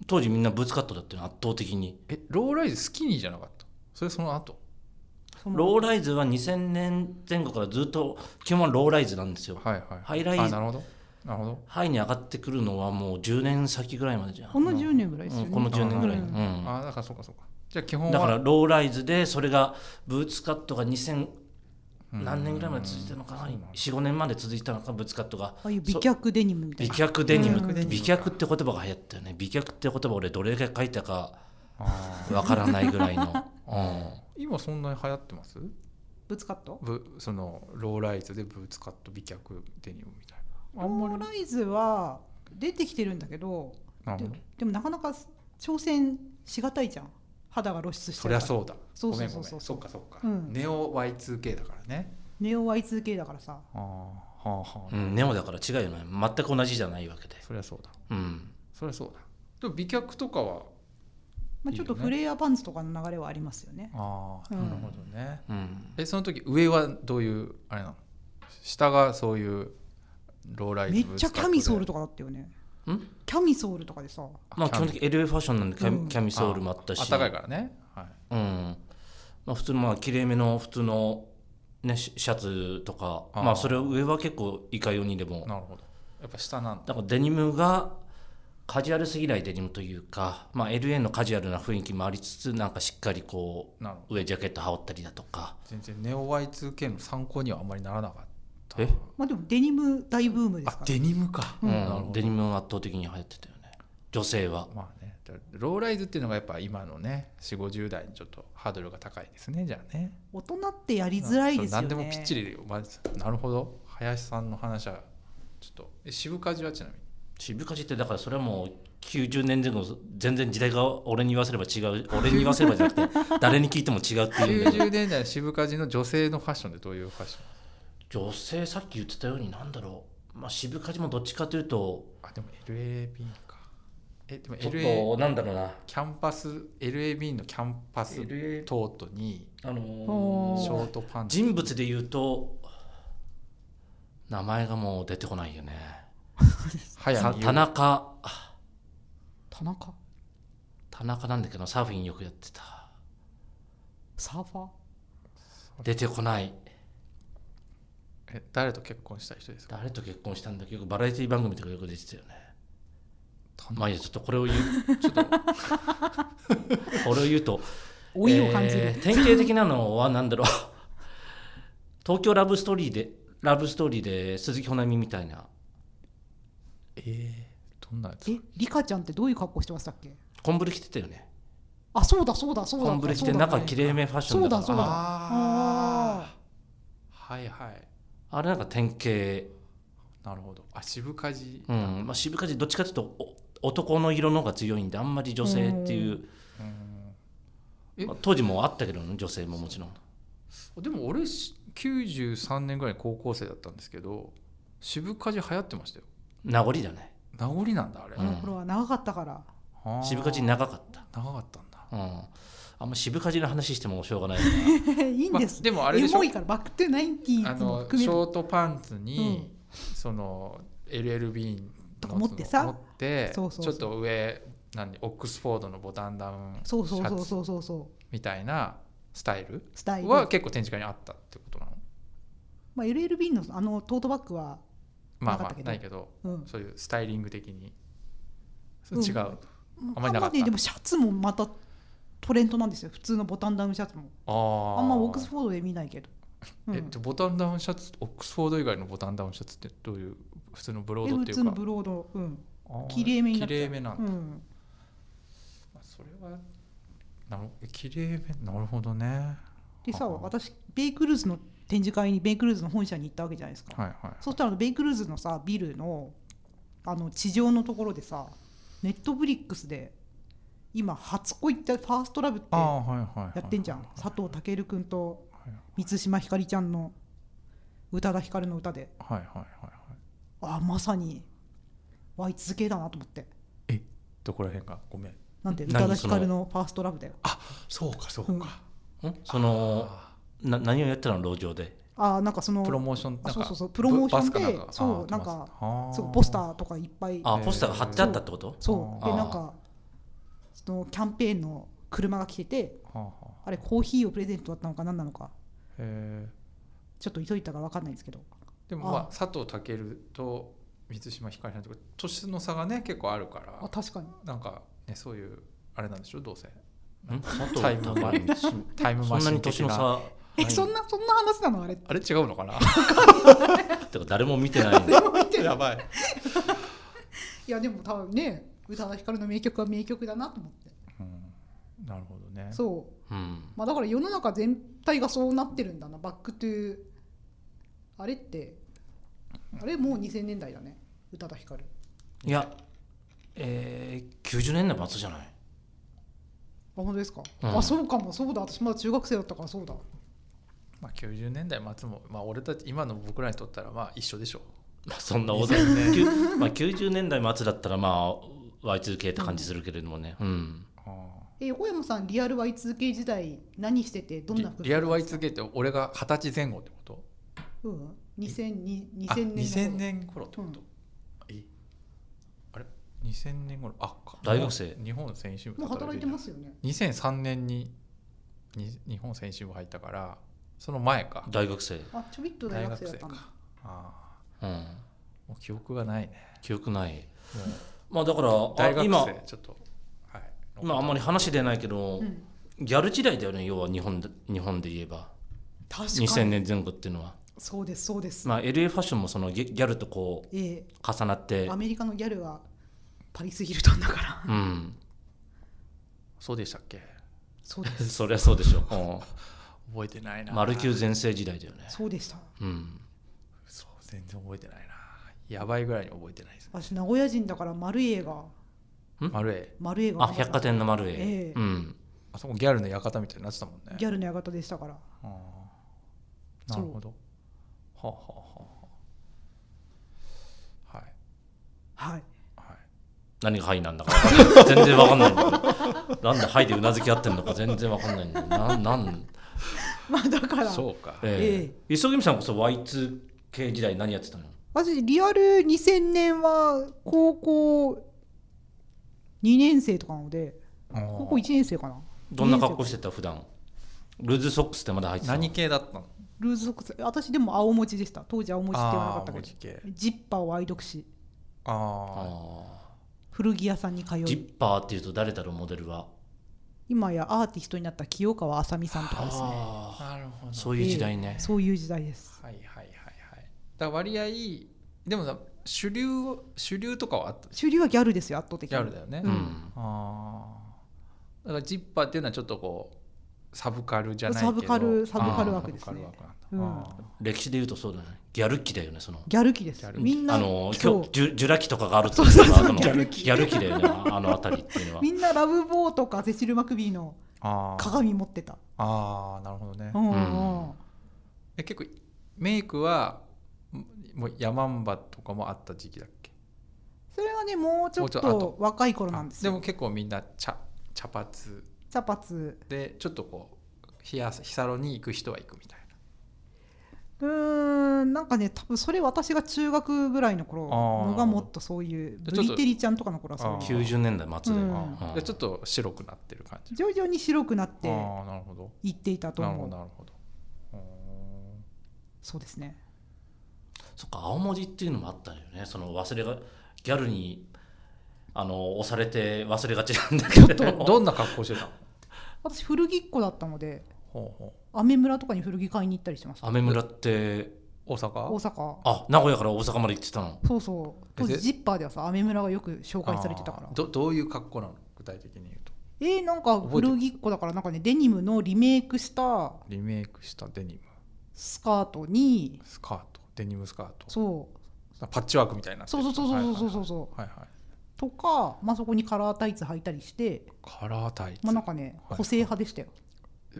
Speaker 2: 当時みんなブーツカットだっていうの圧倒的に
Speaker 3: えローライズスキニーじゃなかったそれその後
Speaker 1: その
Speaker 2: ローライズは2000年前後からずっと基本はローライズなんですよ
Speaker 3: はいはい
Speaker 2: ハイライズ
Speaker 3: あなるほどなるほど
Speaker 2: ハイに上がってくるのはもう10年先ぐらいまでじゃん
Speaker 1: この10年ぐらいですよね、
Speaker 2: うんこの10年ぐらい、
Speaker 1: うん
Speaker 2: うん
Speaker 3: あだからそうかそうかじゃあ基本は
Speaker 2: だからローライズでそれがブーツカットが2000何年ぐらいまで続いたのかな45年まで続いたのかブーツカットが
Speaker 1: ああいう美脚デニムみたい
Speaker 2: 美
Speaker 1: な
Speaker 2: 脚デニム
Speaker 1: うん
Speaker 2: 美脚って言葉が流行ったよね美脚って言葉俺どれだけ書いたか
Speaker 3: あー
Speaker 2: わからないぐらいの、うん
Speaker 3: 今そんなに流行ってます
Speaker 1: ブーツカット
Speaker 3: ブそのローライズでブーツカット美脚デニムみたいな
Speaker 1: ローライズは出てきてるんだけど
Speaker 3: なる
Speaker 1: で
Speaker 3: ほど
Speaker 1: でもなかなか挑戦しがたいじゃん肌が露出して
Speaker 3: そ
Speaker 1: るか
Speaker 3: りゃ
Speaker 1: ら
Speaker 3: そうだ
Speaker 1: そうそう
Speaker 3: ごめんごめん
Speaker 1: そう
Speaker 3: そ
Speaker 1: そう
Speaker 3: っかそっか、
Speaker 1: うん
Speaker 3: ネオ Y2K だからね
Speaker 1: ネオ Y2K だからさ
Speaker 3: あーはあはあ、
Speaker 2: うんネオだから違うよね全く同じじゃないわけで、
Speaker 3: そりゃそうだ
Speaker 2: うん、
Speaker 3: そりゃそうだでも美脚とかは
Speaker 1: まあ、
Speaker 3: いい
Speaker 1: ちょ
Speaker 3: よね
Speaker 1: っとフレアパンツとかの流れはありますよね
Speaker 3: あ
Speaker 1: う
Speaker 3: あ、
Speaker 1: ん
Speaker 3: なるほどね
Speaker 2: うん、
Speaker 3: えその時上はどういうあれなの下がそういうローライズ
Speaker 1: めっちゃキャミソール
Speaker 3: と
Speaker 1: とかだったよね
Speaker 2: ん
Speaker 1: キャミソールとかでさ
Speaker 2: まあ基本的に LA ファッションなんでキャ,、
Speaker 1: うん
Speaker 2: キャミソールもあったし
Speaker 3: 暖かいからね、はい、
Speaker 2: うんまあ、普通のまあきれいめの普通の、ね、シシャツとか
Speaker 3: あー
Speaker 2: まあそれ上は結構いかようにでも
Speaker 3: なるほどやっぱ下なんだ
Speaker 2: だからデニムがカジュアルすぎないデニムというか、まあ、LA のカジュアルな雰囲気もありつつなんかしっかりこ
Speaker 3: なるほど
Speaker 2: う上ジャケット羽織ったりだとか
Speaker 3: 全然ネオ Y2K の参考にはあんまりならなかった
Speaker 2: え
Speaker 1: まあでもデニム大ブームです
Speaker 3: あ
Speaker 1: から
Speaker 3: デニムか、
Speaker 2: うん
Speaker 3: なるほど
Speaker 2: デニムは圧倒的に流行ってたよね女性は
Speaker 3: まあねだからローライズっていうのがやっぱ今のね4 5 0代にちょっとハードルが高いですねじゃあね
Speaker 1: 大人ってやりづらいですよね
Speaker 3: 何でもぴっちり、まあ、なるほど林さんの話はちょっとえ渋カジはちなみに
Speaker 2: 渋かじってだからそれはもう90年前後全然時代が俺に言わせれば違う俺に言わせればじゃなくて誰に聞いても違うっていうんだけど
Speaker 3: 90年代の渋カジの女性のファッションってどういうファッション
Speaker 2: 女性さっき言ってたようになんだろう、まあ、渋かじもどっちかというと
Speaker 3: あでも LA ビーンかえでも
Speaker 2: ちょっ
Speaker 3: LA
Speaker 2: となんだろうな
Speaker 3: キャンパス LA ビーンのキャンパス
Speaker 2: LA
Speaker 3: トートに
Speaker 2: あの
Speaker 1: お
Speaker 2: ー
Speaker 1: ー
Speaker 3: ショートパンツ
Speaker 2: 人物で言うと名前がもう出てこないよね
Speaker 3: 早
Speaker 2: さ
Speaker 3: 見優
Speaker 2: 田中
Speaker 1: 田中
Speaker 2: 田中なんだけどサーフィンよくやってた
Speaker 1: サーファー
Speaker 2: 出てこない
Speaker 3: え誰と結婚した人ですか
Speaker 2: 誰と結婚したんだっけよくバラエティ番組とかよく出てたよね
Speaker 3: 田
Speaker 2: まあいいやちょっとこれを言うちょっとこれを言うと
Speaker 1: 老いを感じる、
Speaker 2: えー典型的なのは何だろう東京ラブストーリーでラブストーリーで鈴木保奈美みたいな
Speaker 3: えー、どんなやつ
Speaker 1: えリカちゃんってどういう格好してましたっけ
Speaker 2: コンブレ着てたよね
Speaker 1: あそうだそうだそうだ
Speaker 2: コンブレ着て
Speaker 1: そうだ
Speaker 2: 中きれいめファッションだから
Speaker 1: そうだそうだ
Speaker 3: ああはいはい
Speaker 2: ああれなんか典型、
Speaker 3: なるほどあ渋カジ、
Speaker 2: うんまあ、渋かじどっちかというとお男の色の方が強いんであんまり女性っていう、
Speaker 3: うんうん
Speaker 2: まあ当時もあったけどね女性ももちろん
Speaker 3: でも俺し93年ぐらい高校生だったんですけど渋カジ流行ってましたよ
Speaker 2: 名残だね
Speaker 3: 名残なんだあれ、
Speaker 1: あの頃は長かったから、
Speaker 3: あー
Speaker 2: 渋かじ長かった、
Speaker 3: 長かったんだ
Speaker 2: うん、あんま渋かじの話してもしょうがない
Speaker 1: いいん
Speaker 3: まあ
Speaker 1: です、
Speaker 3: でもあれでし
Speaker 1: エ
Speaker 3: ょ
Speaker 1: モいからバックトゥナインティ
Speaker 3: あ
Speaker 1: ーズも
Speaker 3: の
Speaker 1: 含
Speaker 3: シ
Speaker 1: める
Speaker 3: ョートパンツに、その LLB の
Speaker 1: とか持ってさ
Speaker 3: 持って
Speaker 1: そうそうそう
Speaker 3: ちょっと上何オックスフォードのボタンダウンシ
Speaker 1: そうそうそ
Speaker 3: ャ
Speaker 1: う
Speaker 3: ツ
Speaker 1: そうそうそう
Speaker 3: みたいなスタイル
Speaker 1: スタイル、ま
Speaker 3: は結構展示会にあったってことなの
Speaker 1: あ、LLB のあのトートバッグは、
Speaker 3: まあ
Speaker 1: な
Speaker 3: ま
Speaker 1: かった
Speaker 3: あ
Speaker 1: けど
Speaker 3: ないけど
Speaker 1: うん、
Speaker 3: そういうスタイリング的にそう
Speaker 1: うん
Speaker 3: 違う、あんまりなかった
Speaker 1: でもシャツもまたトレンドなんですよ普通のボタンダウンシャツも
Speaker 3: あー
Speaker 1: あんまオックスフォードで見ないけど、うん
Speaker 3: えっと、ボタンダウンシャツオックスフォード以外のボタンダウンシャツってどういう普通のブロードっ
Speaker 1: 普
Speaker 3: てい
Speaker 1: 通
Speaker 3: う
Speaker 1: の
Speaker 3: か
Speaker 1: ブロード、うん、
Speaker 3: あー
Speaker 1: きれいめになっ
Speaker 3: き
Speaker 1: ちゃう
Speaker 3: れいめなんだ、
Speaker 1: うん
Speaker 3: まあそれはなるきれいめなるほどね
Speaker 1: でさ
Speaker 3: あー
Speaker 1: 私ベイクルーズの展示会にベイクルーズの本社に行ったわけじゃないですか、
Speaker 3: はいはい
Speaker 1: そしたらベイクルーズのさビルのあの地上のところでさネットブリックスで今初恋ってファーストラブって
Speaker 3: あ
Speaker 1: や
Speaker 3: あはいはいはいはい
Speaker 1: ってんじゃん佐藤健君と満島ひかりちゃんの宇多田ヒカルの歌で
Speaker 3: はいはいはいはい
Speaker 1: あまさに Y2K だなと思って
Speaker 3: えどこら辺がごめん
Speaker 1: なんて宇
Speaker 2: 何
Speaker 1: 多田ヒカルのファーストラブだよ
Speaker 3: そうかそう
Speaker 1: うん
Speaker 2: んその
Speaker 3: あ
Speaker 2: な何をやってたの路上で
Speaker 1: あーなんかその
Speaker 3: ープロモーション
Speaker 1: あ
Speaker 3: なん
Speaker 1: そう
Speaker 3: か
Speaker 1: そうそうプロモーションで
Speaker 3: バスかなんか
Speaker 1: そう
Speaker 3: あー
Speaker 1: なんか
Speaker 3: あー
Speaker 1: そうポスターとかいっぱい
Speaker 2: あ
Speaker 3: えー
Speaker 2: ポスターが貼ってあったってこと
Speaker 1: そう
Speaker 2: あー
Speaker 1: でなんかそのキャンペーンの車が来てて
Speaker 3: はあはあ
Speaker 1: あれコーヒーをプレゼントだったのか何なのか
Speaker 3: へ
Speaker 1: ちょっと急いだから分かんないんですけど
Speaker 3: ーでもまあ佐藤健と満島ひかりさんとか年の差がね結構あるから
Speaker 1: あ確かに
Speaker 3: なんかねそういうあれなんでしょどうせ
Speaker 2: ん佐藤
Speaker 3: タイムマシン
Speaker 2: 健
Speaker 3: タイム
Speaker 2: そ
Speaker 3: マ
Speaker 2: ん
Speaker 3: シ
Speaker 2: な
Speaker 3: ン
Speaker 2: に
Speaker 3: 的
Speaker 2: 年の
Speaker 3: な
Speaker 2: 差
Speaker 1: えそんなそんな話なのあれ
Speaker 3: あれ違うのかな
Speaker 2: てか誰も見てないんだ
Speaker 3: やばい、
Speaker 1: いやでも多分ね宇多田ヒカルの名曲は名曲だなと思って
Speaker 3: うん、なるほどね
Speaker 1: そう
Speaker 2: うん
Speaker 1: まあだから世の中全体がそうなってるんだなバックトゥーあれってあれもう2000年代だね宇多田ヒカル
Speaker 2: いやえー、90年代末じゃない
Speaker 1: あ本当ですか、
Speaker 2: うん
Speaker 1: あそうかもそうだ私まだ中学生だったからそうだ
Speaker 3: まあ、90年代末も、まあ、俺たち今の僕らにとったらまあ一緒でしょ
Speaker 2: まあそんな大台、ね、まあ90年代末だったらまあ Y2K って感じするけれどもね、うん、
Speaker 3: う、
Speaker 1: え横山さんリアル Y2K 時代何しててどん
Speaker 3: リ
Speaker 1: な服
Speaker 3: リアル Y2K って俺が二十歳前後ってこと
Speaker 1: うん2002
Speaker 3: あ
Speaker 1: 2000年の
Speaker 3: 2000年頃ってこと、
Speaker 1: う
Speaker 3: えあれ2000年頃あか
Speaker 2: 大学生
Speaker 3: 日本選手部
Speaker 1: もう働いてますすよね
Speaker 3: 2003年にに日本選手部入ったからその前か
Speaker 2: 大学生、
Speaker 1: あちょびっと大学生だったんだ
Speaker 3: あ
Speaker 2: うん、
Speaker 3: ーもう記憶がないね
Speaker 2: 記憶ない
Speaker 3: も
Speaker 2: まあだか
Speaker 3: う
Speaker 2: らあ
Speaker 3: 大学
Speaker 2: 今
Speaker 3: 生ちょっとはい
Speaker 2: 今あんまり話出ないけど、
Speaker 1: うん
Speaker 2: ギャル時代だよね要は日本で日本で言えば
Speaker 1: 確か
Speaker 2: 2000
Speaker 1: に
Speaker 2: 年前後っていうのは、
Speaker 1: そうですそうです、
Speaker 2: まあ、LA ファッションもそのギャギャルとこ
Speaker 1: え
Speaker 2: う重なって
Speaker 1: え、アメリカのギャルはパリス・ヒルトンだから
Speaker 2: うん、
Speaker 3: そうでしたっけ
Speaker 1: そうです
Speaker 2: そりゃそうでしょ、、
Speaker 3: 覚えてないうなん
Speaker 2: マルキュー全盛時代だよね、
Speaker 1: そうでした
Speaker 2: うん、
Speaker 3: そう全然覚えてないなやばいぐらいに覚えてないです
Speaker 1: 私名古屋人だから丸栄が
Speaker 2: ん
Speaker 3: 丸栄
Speaker 1: 丸栄が
Speaker 2: あ百貨店の丸
Speaker 1: え
Speaker 2: へ、
Speaker 1: え
Speaker 2: うん、
Speaker 3: あそこギャルの館みたいになってたもんね
Speaker 1: ギャルの館でしたから
Speaker 3: あー
Speaker 1: そ
Speaker 3: な
Speaker 1: う
Speaker 3: るほどはあはあはあはあ
Speaker 1: は
Speaker 3: はい
Speaker 1: い
Speaker 3: はい
Speaker 2: 何が「はい」なんだか分かんない全然わかんないんだけ どなんで「はい」でうなずき合ってんのか全然わかんないんだけどなんなん、
Speaker 1: まあだから
Speaker 3: そうか
Speaker 2: ええ磯君さんこそ Y2K 時代何やってたの
Speaker 1: 私リアル2000年は高校2年生とかなので
Speaker 3: あー
Speaker 1: 高校1年生かな
Speaker 2: どんな格好してた普段ルーズソックスってまだ入ってたの
Speaker 3: 何系だったの
Speaker 1: ルーズソックス私でも青持ちでした当時青持ちって言わなかったけ
Speaker 3: 文
Speaker 1: ど
Speaker 3: 字系
Speaker 1: ジッパーを愛読し
Speaker 3: あ
Speaker 2: あ
Speaker 1: 古着屋さんに通
Speaker 2: ージ
Speaker 1: い
Speaker 2: ッパーっていうと誰だろうモデルは
Speaker 1: 今やアーティストになった清川あさみさんとかですね
Speaker 3: あ
Speaker 2: あ
Speaker 3: なるほ
Speaker 2: ー
Speaker 3: ど
Speaker 2: そういう時代ね、
Speaker 1: そういう時代です
Speaker 3: はいはいはいはいだから割合でもさ主流主流とかはあったでし
Speaker 1: 主流はギャルですよ圧倒
Speaker 3: ょ
Speaker 1: 的
Speaker 3: ギ
Speaker 1: に
Speaker 3: ャルだよね、
Speaker 2: う
Speaker 1: うん
Speaker 2: ん
Speaker 3: ああだからジッパーっていうのはちょっとこうサブカルじゃないけど
Speaker 1: サブカルサブカル枠ですね
Speaker 3: サブカル枠なんだ
Speaker 1: うん
Speaker 3: あー
Speaker 2: 歴史で言うとそうだねギャル期だよねその
Speaker 1: ギャル期です
Speaker 3: ギャル期
Speaker 1: みんな
Speaker 2: あの
Speaker 1: そ
Speaker 2: 今
Speaker 1: う
Speaker 2: 日ジュジュラ紀とかがあるってことはそのギ
Speaker 1: ギ
Speaker 2: ャ
Speaker 1: ャ
Speaker 2: ル
Speaker 1: ル
Speaker 2: 期
Speaker 1: 期
Speaker 2: だよねあ の辺りっていうのは
Speaker 1: みんなラブボーとかセシル・マクビーの
Speaker 3: あー
Speaker 1: 鏡持ってた
Speaker 3: あーなるほどね
Speaker 1: うん
Speaker 2: うん
Speaker 3: え結構メイクはんもうヤマンバとかもあった時期だっけ
Speaker 1: それはねもうちょっ
Speaker 3: もうちょっと
Speaker 1: と若い頃なんです
Speaker 3: で
Speaker 1: よ
Speaker 3: も結構みんな茶茶髪
Speaker 1: 茶髪
Speaker 3: でちょっとこう日や日サロに行く人は行くみたいう
Speaker 1: ーんなんかね多分それ私が中学ぐらいの頃のがもっとそういう
Speaker 3: あー
Speaker 1: ブリテリちゃんとかの頃はそう
Speaker 3: あー
Speaker 2: 90年代末で、
Speaker 1: うん
Speaker 3: な、
Speaker 2: うん
Speaker 3: でちょっと白くなってる感じ
Speaker 1: 徐々に白くなっ
Speaker 3: あ
Speaker 1: て
Speaker 3: あなるほど
Speaker 1: いっていたと
Speaker 3: なるほ
Speaker 1: 思
Speaker 3: ど
Speaker 1: う
Speaker 3: なるほどうーん
Speaker 1: そうですね
Speaker 2: そっか青文字っていうのもあったよねその忘れがギャルにあの押されて忘れがちなんだけ
Speaker 3: ちょ
Speaker 2: ど
Speaker 3: っとどんな格好してたの
Speaker 1: 私古着っ子だったので
Speaker 3: ほうほ
Speaker 1: アメ村とかに古着買いに行ったりしてました
Speaker 2: アメ村って
Speaker 3: う大
Speaker 1: 大
Speaker 3: 阪
Speaker 1: 阪
Speaker 2: あ名古屋から大阪まで行ってたの
Speaker 1: そうそう当時
Speaker 3: えで
Speaker 1: ジッパーではさアメ村がよく紹介されてたから
Speaker 3: あーどどういう格好なの具体的に言うと
Speaker 1: えー、なんか古着っ子だからなんかねデニムのリメイクした
Speaker 3: リメイクしたデニム
Speaker 1: スカートに
Speaker 3: スカートデニムスカート
Speaker 1: そう
Speaker 3: パッチワークみたいな
Speaker 1: そうそうそうそうそうそううそう
Speaker 3: はいはいはい
Speaker 1: とか、まあ、そこにカラータイツ履いたりして、
Speaker 3: カラータイツ、
Speaker 1: まあ、なんかね
Speaker 3: はい
Speaker 1: 個性派でしたよ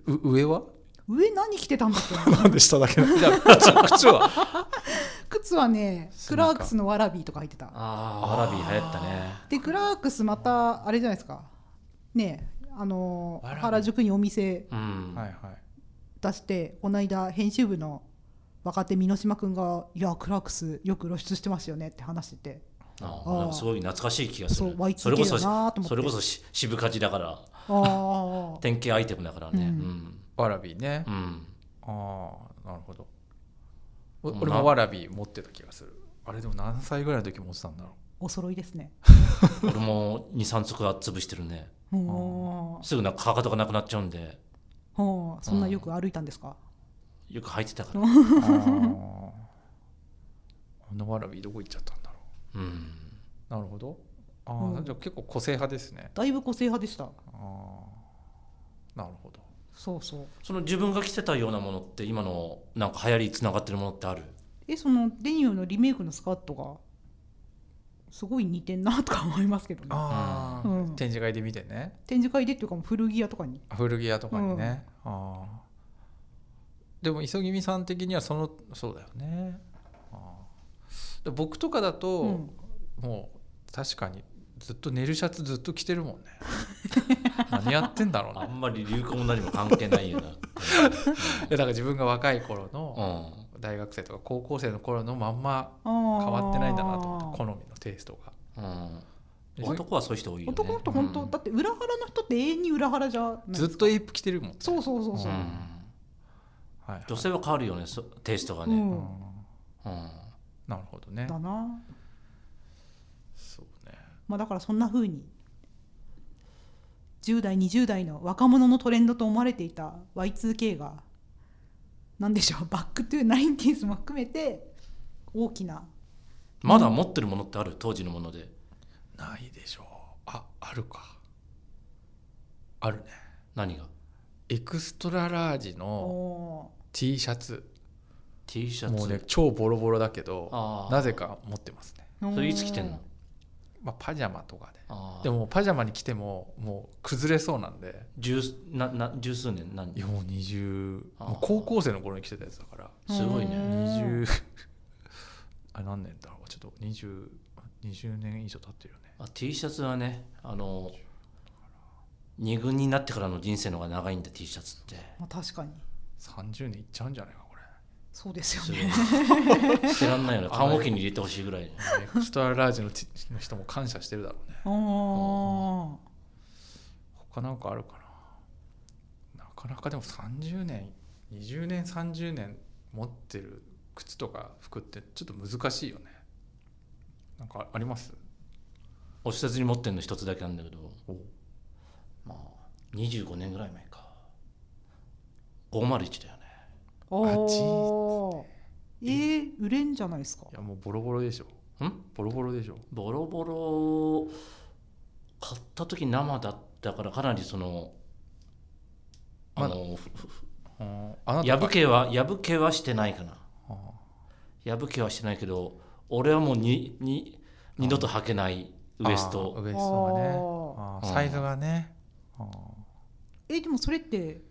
Speaker 3: う上は
Speaker 1: 上何着てたんだっけな
Speaker 3: なんで下だけなの じゃあ靴靴は
Speaker 1: 靴はねクラークスのワラビーとか履いてた
Speaker 2: ああわらび流行ったね
Speaker 1: でクラークスまたあれじゃないですかねえあのー
Speaker 3: わらびー
Speaker 1: 原宿にお店
Speaker 2: うん、
Speaker 3: はいはい
Speaker 1: 出してこの間編集部の若手箕島君が「いやクラークスよく露出してますよね」って話してて
Speaker 2: あ
Speaker 1: あー
Speaker 2: あなんかすごい懐かしい気がす
Speaker 1: そう
Speaker 2: る
Speaker 1: Y2K
Speaker 2: れこそ
Speaker 1: だなーと思って
Speaker 2: それこそし渋かじだから
Speaker 1: ああ
Speaker 2: 典型アイテムだから
Speaker 1: う
Speaker 2: ねうんん、
Speaker 3: わらびね、
Speaker 2: うん
Speaker 3: ああなるほどお
Speaker 2: うん
Speaker 3: 俺
Speaker 2: な
Speaker 3: もわらび持ってた気がするあれでも何歳ぐらいの時持ってたんだろ
Speaker 1: お揃いですね
Speaker 2: 俺も23足は潰してるね
Speaker 1: ほう
Speaker 2: すぐなんかかかとがなくなっちゃうんで
Speaker 1: ほうそんなよく歩いたんですか
Speaker 2: よく履いてたから
Speaker 3: うあーあのわらびどこ行っちゃったんだろ
Speaker 2: うん
Speaker 3: うなるほどああ、
Speaker 1: うん
Speaker 3: じゃあ結構個性派ですね
Speaker 1: だいぶ個性派でした
Speaker 3: ああなるほど
Speaker 1: そうそう
Speaker 2: その自分が着てたようなものって今のなんか流行りつながってるものってある
Speaker 1: えそのデニムのリメイクのスカートがすごい似てんなとか思いますけどね
Speaker 3: ああ、
Speaker 1: うん
Speaker 3: 展示会で見てね
Speaker 1: 展示会でっていうかもう古着屋とかに
Speaker 3: 古着屋とかにね、ああでも磯君さん的にはそのそうだよねああで僕とかだと、
Speaker 1: うん
Speaker 3: もう確かにずっと寝るシャツずっと着て るもんね何やってんだろう
Speaker 2: あ
Speaker 3: ね
Speaker 2: んまり流行も何も関係ないような
Speaker 3: いやだから自分が若い頃
Speaker 2: う
Speaker 3: の
Speaker 2: ん
Speaker 3: 大学生とか高校生の頃のまんま
Speaker 1: 変
Speaker 3: 変わってないんだなと思って好みのテイスト
Speaker 2: う
Speaker 3: が
Speaker 2: ん
Speaker 3: で
Speaker 2: 男はそういう人多いよね
Speaker 1: 男の人本当、
Speaker 2: うん
Speaker 1: だって裏腹の人って永遠に裏腹じゃない
Speaker 3: ずっとエイプ着てるもんね
Speaker 1: そうそうそうそう、
Speaker 2: うん
Speaker 3: はいはい
Speaker 2: 女性は変わるよねそテイストが
Speaker 1: う
Speaker 2: ね、
Speaker 1: ん
Speaker 3: うん
Speaker 2: うん
Speaker 3: なるほどね
Speaker 1: だな、
Speaker 3: そうね
Speaker 1: まあ、だからそんな風に10代20代の若者のトレンドと思われていた Y2K がなんでしょうバックトゥーナインティーズも含めて大きな
Speaker 2: まだ持ってるものってある当時のもので
Speaker 3: ないでしょうああるかあるね
Speaker 2: 何が
Speaker 3: エクストララージの
Speaker 1: お
Speaker 3: T シャツ
Speaker 2: T シャツ
Speaker 3: もうね超ボロボロだけど
Speaker 2: ああ
Speaker 3: なぜか持ってますね、
Speaker 1: ー
Speaker 2: それいつ着てんの
Speaker 3: まあ、パジャマとかで
Speaker 2: ああ
Speaker 3: でもパジャマに着てももう崩れそうなんで
Speaker 2: 十なな十数年何
Speaker 3: いやもう20
Speaker 2: あー
Speaker 3: もう高校生の頃に着てたやつだから
Speaker 2: すごいね
Speaker 1: うん
Speaker 3: 20あれ何年だろうちょっと2020年以上経ってるよね
Speaker 2: あ T シャツはねあの二軍になってからの人生の方が長いんだ T シャツって
Speaker 1: まあ、確かに
Speaker 3: 30年いっちゃうんじゃないかこれ
Speaker 1: そうですよ
Speaker 2: すご
Speaker 1: ね
Speaker 2: い知らんないよね缶置に入れてほしいぐらい
Speaker 3: エクストララージの T の人も感謝してるだろうね
Speaker 1: お
Speaker 3: 他なんかあるかななかなかでも30年20年30年持ってる靴とか服ってちょっと難しいよねなんかあります
Speaker 2: お施設に持ってんの一つだけなんだけどまあ25年ぐらい前か501だよね
Speaker 1: おえー、売れんじゃないですか
Speaker 3: いやもうボロボロでしょ
Speaker 2: ん
Speaker 3: ボロボロでしょ
Speaker 2: ボロボロ買った時生だったからかなりそのあの、
Speaker 3: うんあなた
Speaker 2: 破けは破けはしてないかな
Speaker 3: あ
Speaker 2: 破けはしてないけど俺はもうにに二度と履けないウエス
Speaker 3: あー
Speaker 2: ト
Speaker 3: ウエストがね
Speaker 1: あ
Speaker 3: あー
Speaker 2: うん
Speaker 3: サイズがねあ
Speaker 1: えでもそれって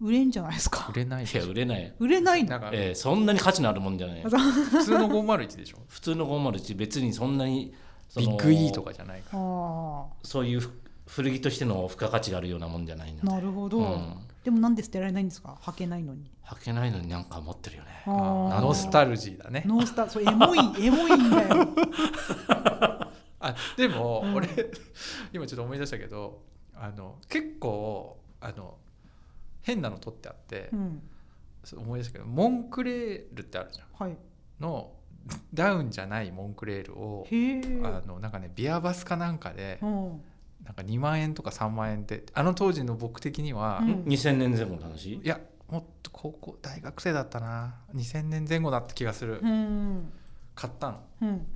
Speaker 1: 売れんじゃないです
Speaker 3: ー
Speaker 1: か
Speaker 3: 売れない
Speaker 2: い
Speaker 3: でし
Speaker 2: や
Speaker 3: ょ
Speaker 2: 売れない、
Speaker 1: 売れないの
Speaker 3: なんか
Speaker 2: えーそんなに価値のあるもんじゃない
Speaker 1: あそう
Speaker 3: 普通の501でしょ
Speaker 2: 普通の501別にそんなにそ
Speaker 3: ビ
Speaker 2: の
Speaker 3: ッグ E とかじゃないから
Speaker 1: あ
Speaker 2: そういうふ古着としての付加価値があるようなもんじゃないの
Speaker 1: あなるほど、
Speaker 2: うん
Speaker 1: でもなんで捨てられないんですか履けないのに
Speaker 2: 履けないのになんか持ってるよね
Speaker 1: あ
Speaker 3: あ
Speaker 1: ー
Speaker 3: ーノスタルジーだね
Speaker 1: ノースタそれエモ いエモいんだよ
Speaker 3: あでも
Speaker 1: うん
Speaker 3: 俺 今ちょっと思い出したけどあの結構あの変なの取ってあって、
Speaker 1: うん
Speaker 3: そう思い出したけどモンクレールってあるじゃん
Speaker 1: はい
Speaker 3: の ダウンじゃないモンクレールを
Speaker 1: へえ
Speaker 3: あのなんかねビアバスかなんかで
Speaker 1: うん
Speaker 3: なんか2万円とか3万円ってあの当時の僕的には、
Speaker 1: うん
Speaker 2: 2000年前後の話
Speaker 3: いやもっと高校大学生だったな2000年前後だった気がする、
Speaker 1: うん
Speaker 3: 買ったの
Speaker 1: うん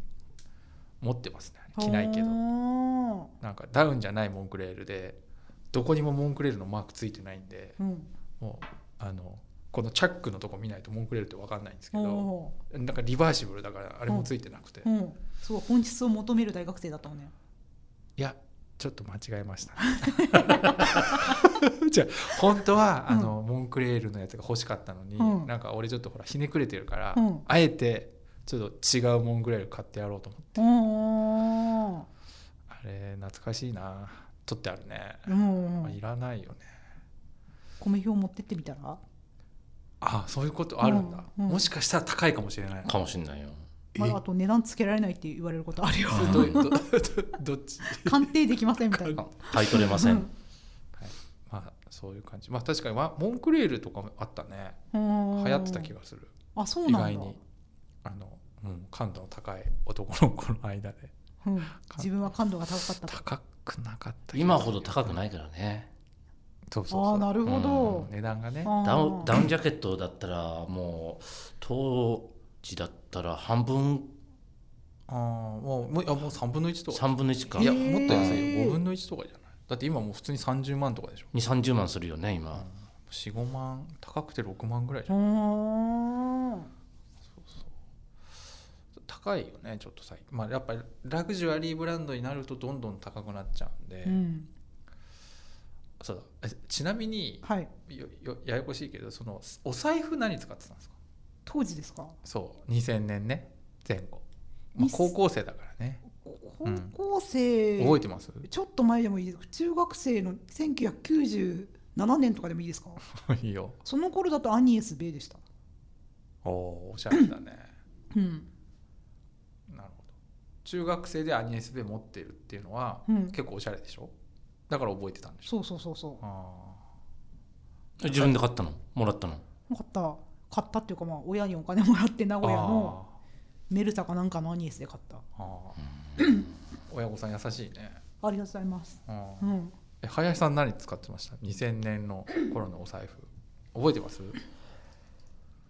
Speaker 3: 持ってますね着ないけど
Speaker 1: ほ
Speaker 3: なんかダウンじゃないモンクレールでどこにもモンクレールのマークついてないんで
Speaker 1: ーうん
Speaker 3: もうあのこのチャックのとこ見ないとモンクレールって分かんないんですけど
Speaker 1: ほ
Speaker 3: なんかリバーシブルだからあれもついてなくて、
Speaker 1: う
Speaker 3: い
Speaker 1: うんすごい本質を求める大学生だったのね
Speaker 3: やちょっと間違えました、 ね、じゃあ本当はあの、モンクレールのやつが欲しかったのに、
Speaker 1: うん
Speaker 3: なんか俺ちょっとほらひねくれてるから、
Speaker 1: うん
Speaker 3: あえてちょっと違うモンクレール買ってやろうと思って
Speaker 1: うんうん
Speaker 3: あれ懐かしいな取ってあるね、
Speaker 1: うんう
Speaker 3: まあい
Speaker 1: ん
Speaker 3: らないよね
Speaker 1: 米表持ってってみたら
Speaker 3: あそういうことあるんだ、
Speaker 1: うんうん
Speaker 3: もしかしたら高いかもしれない
Speaker 2: かもしれないよ
Speaker 1: ま
Speaker 3: え
Speaker 1: あ、あと値段つけられないって言われることあるよ
Speaker 3: それど ういうどどどっち
Speaker 1: 鑑定できませんみたいな
Speaker 2: あ買い取れま せん
Speaker 3: まあそういう感じまあ確かにワモンクレールとかもあったね流行ってた気
Speaker 1: が
Speaker 3: がする
Speaker 1: あそう
Speaker 3: 意
Speaker 1: なんだ
Speaker 3: 外にあの、うん、感度の高い男の子の間で
Speaker 1: うん、自分は感度が高かったと
Speaker 3: 高くなかった
Speaker 2: 今ほど高く
Speaker 3: い
Speaker 2: ないからね
Speaker 3: そうそう
Speaker 1: あ
Speaker 3: そ
Speaker 1: あ
Speaker 3: う
Speaker 1: なるほど
Speaker 3: うん、値段がね
Speaker 1: あー
Speaker 2: ダウンダウンジャケットだったらもう当時だったら半分
Speaker 3: ああもうもういやもう3分の1とか
Speaker 2: 3分の1か
Speaker 3: い
Speaker 1: え
Speaker 3: や
Speaker 1: ー
Speaker 3: もっと安いよ5分の1とかじゃないだって今もう普通に30万とかでしょ
Speaker 2: 2 3 0万するよね今
Speaker 3: 45万高くて6万ぐらいじゃ
Speaker 1: うんん
Speaker 3: そうそう高いよねちょっと最近まあやっぱりラグジュアリーブランドになるとどんどん高くなっちゃうんで、
Speaker 1: うん
Speaker 3: そうだえちなみに
Speaker 1: はい
Speaker 3: よよややこしいけどそのお財布何使ってたんですか
Speaker 1: 当時ですか
Speaker 3: そう2000年ね前後、まあ
Speaker 1: に、
Speaker 3: 高校生だからね
Speaker 1: 高
Speaker 3: うん
Speaker 1: 校生、
Speaker 3: 覚えてます
Speaker 1: ちょっと前でもいいです中学生の1997年とかでもいいですか
Speaker 3: いいよ
Speaker 1: その頃だとアニエス・ベイでした
Speaker 3: おおーおしゃれだね
Speaker 1: うん
Speaker 3: なるほど中学生でアニエスベ持ってるっていうのは、
Speaker 1: うん
Speaker 3: 結構おしゃれでしょだから覚えてたんでしょ
Speaker 1: そうそうそうそ
Speaker 3: あ
Speaker 2: 自分で買ったのもらったの
Speaker 1: うよかった買ったっていうかまあ親にお金もらって名
Speaker 3: ー
Speaker 1: 古屋のメルサかなんかのアニエスで買った
Speaker 3: あーあー親御さん優しいね
Speaker 1: ありがとうございます
Speaker 3: あ
Speaker 1: う
Speaker 3: ー
Speaker 1: ん
Speaker 3: え林さん何使ってました2000年の頃のお財布覚えてます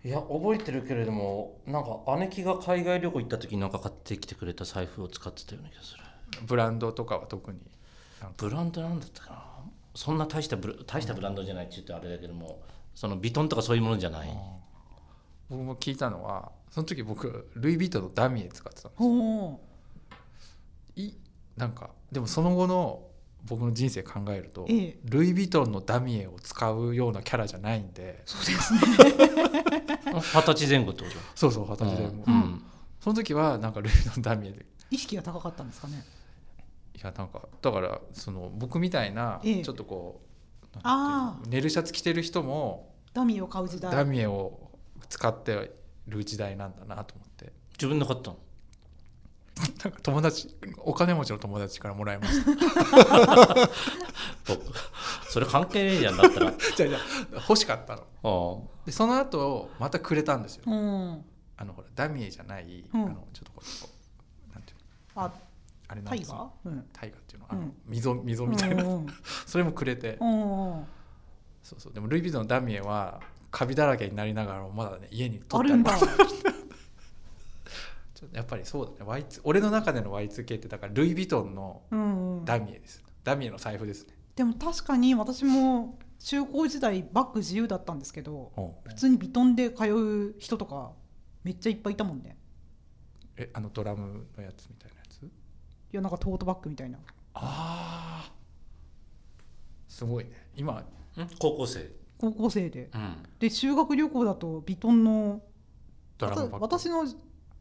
Speaker 2: いや覚えてるけれどもなんか姉貴が海外旅行行った時になんか買ってきてくれた財布を使ってたような気がする
Speaker 3: ブランドとかは特になんか
Speaker 2: ブランドなんだったかなそんな大したブラ大したブランドじゃないって言ってあれだけどもそのビトンとかそういうものじゃない
Speaker 3: 僕も聞いたのはその時僕ルイ・ヴィトンのダミエ使ってたの
Speaker 1: ほ
Speaker 3: いなんかでもその後の僕の人生考えると、
Speaker 1: ええ
Speaker 3: ルイ・ヴィトンのダミエを使うようなキャラじゃないんで
Speaker 1: そうですね
Speaker 2: 二十歳前後ってこと
Speaker 3: そうそう私でも、
Speaker 2: うんうん
Speaker 3: その時はなんかルイ・ヴィトンのダミエで
Speaker 1: 意識が高かったんですかね
Speaker 3: いやなんかだからその僕みたいな
Speaker 1: ええ
Speaker 3: ちょっとこう,、
Speaker 1: あ
Speaker 3: 寝るシャツ着てる人も
Speaker 1: ダミーを買う時代
Speaker 3: ダミエを使ってる時代なんだなと思って
Speaker 2: 自分で買ったの
Speaker 3: なんか友達お金持ちの友達からもらいま した
Speaker 2: 僕それ関係ねえじゃんだっ たらあ
Speaker 3: じゃあじゃあ欲しかったの
Speaker 2: あ
Speaker 3: でその後またくれたんですよ、
Speaker 1: うん
Speaker 3: あのほらダミエじゃない、
Speaker 1: うん
Speaker 3: あのちょっとこうこうなんていうの
Speaker 1: あ
Speaker 3: あれな
Speaker 1: タイ
Speaker 3: んです
Speaker 1: ガ
Speaker 3: か
Speaker 1: ーうん
Speaker 3: タイガーっていうのあの、
Speaker 1: うん
Speaker 3: 溝溝みたいな、 それもくれて、
Speaker 1: うんうん
Speaker 3: そうそうでもルイ・ヴィトンのダミエはカビだらけになりながらもまだね家に
Speaker 1: あ
Speaker 3: 取って
Speaker 1: る
Speaker 3: あ
Speaker 1: んだ
Speaker 3: り ますちょっとやっぱりそうだね Y2 俺の中での Y2K ってだからルイ・ヴィトンの
Speaker 1: うんうん
Speaker 3: ダミエです、ダミエの財布ですね、
Speaker 1: でも確かに私も中高時代バッグ自由だったんですけど
Speaker 3: 普
Speaker 1: 普
Speaker 3: 通
Speaker 1: 通にビトンで通う人とかめっちゃいっぱいいたもんね
Speaker 3: えあのドラムのやつみたいなやつ
Speaker 1: いやなんかトートバッグみたいな
Speaker 3: ああすごいね今
Speaker 2: ん高校生
Speaker 1: 高校生で
Speaker 2: うん
Speaker 1: で修学旅行だとビトンの
Speaker 3: ドラムバッグ
Speaker 1: わた私の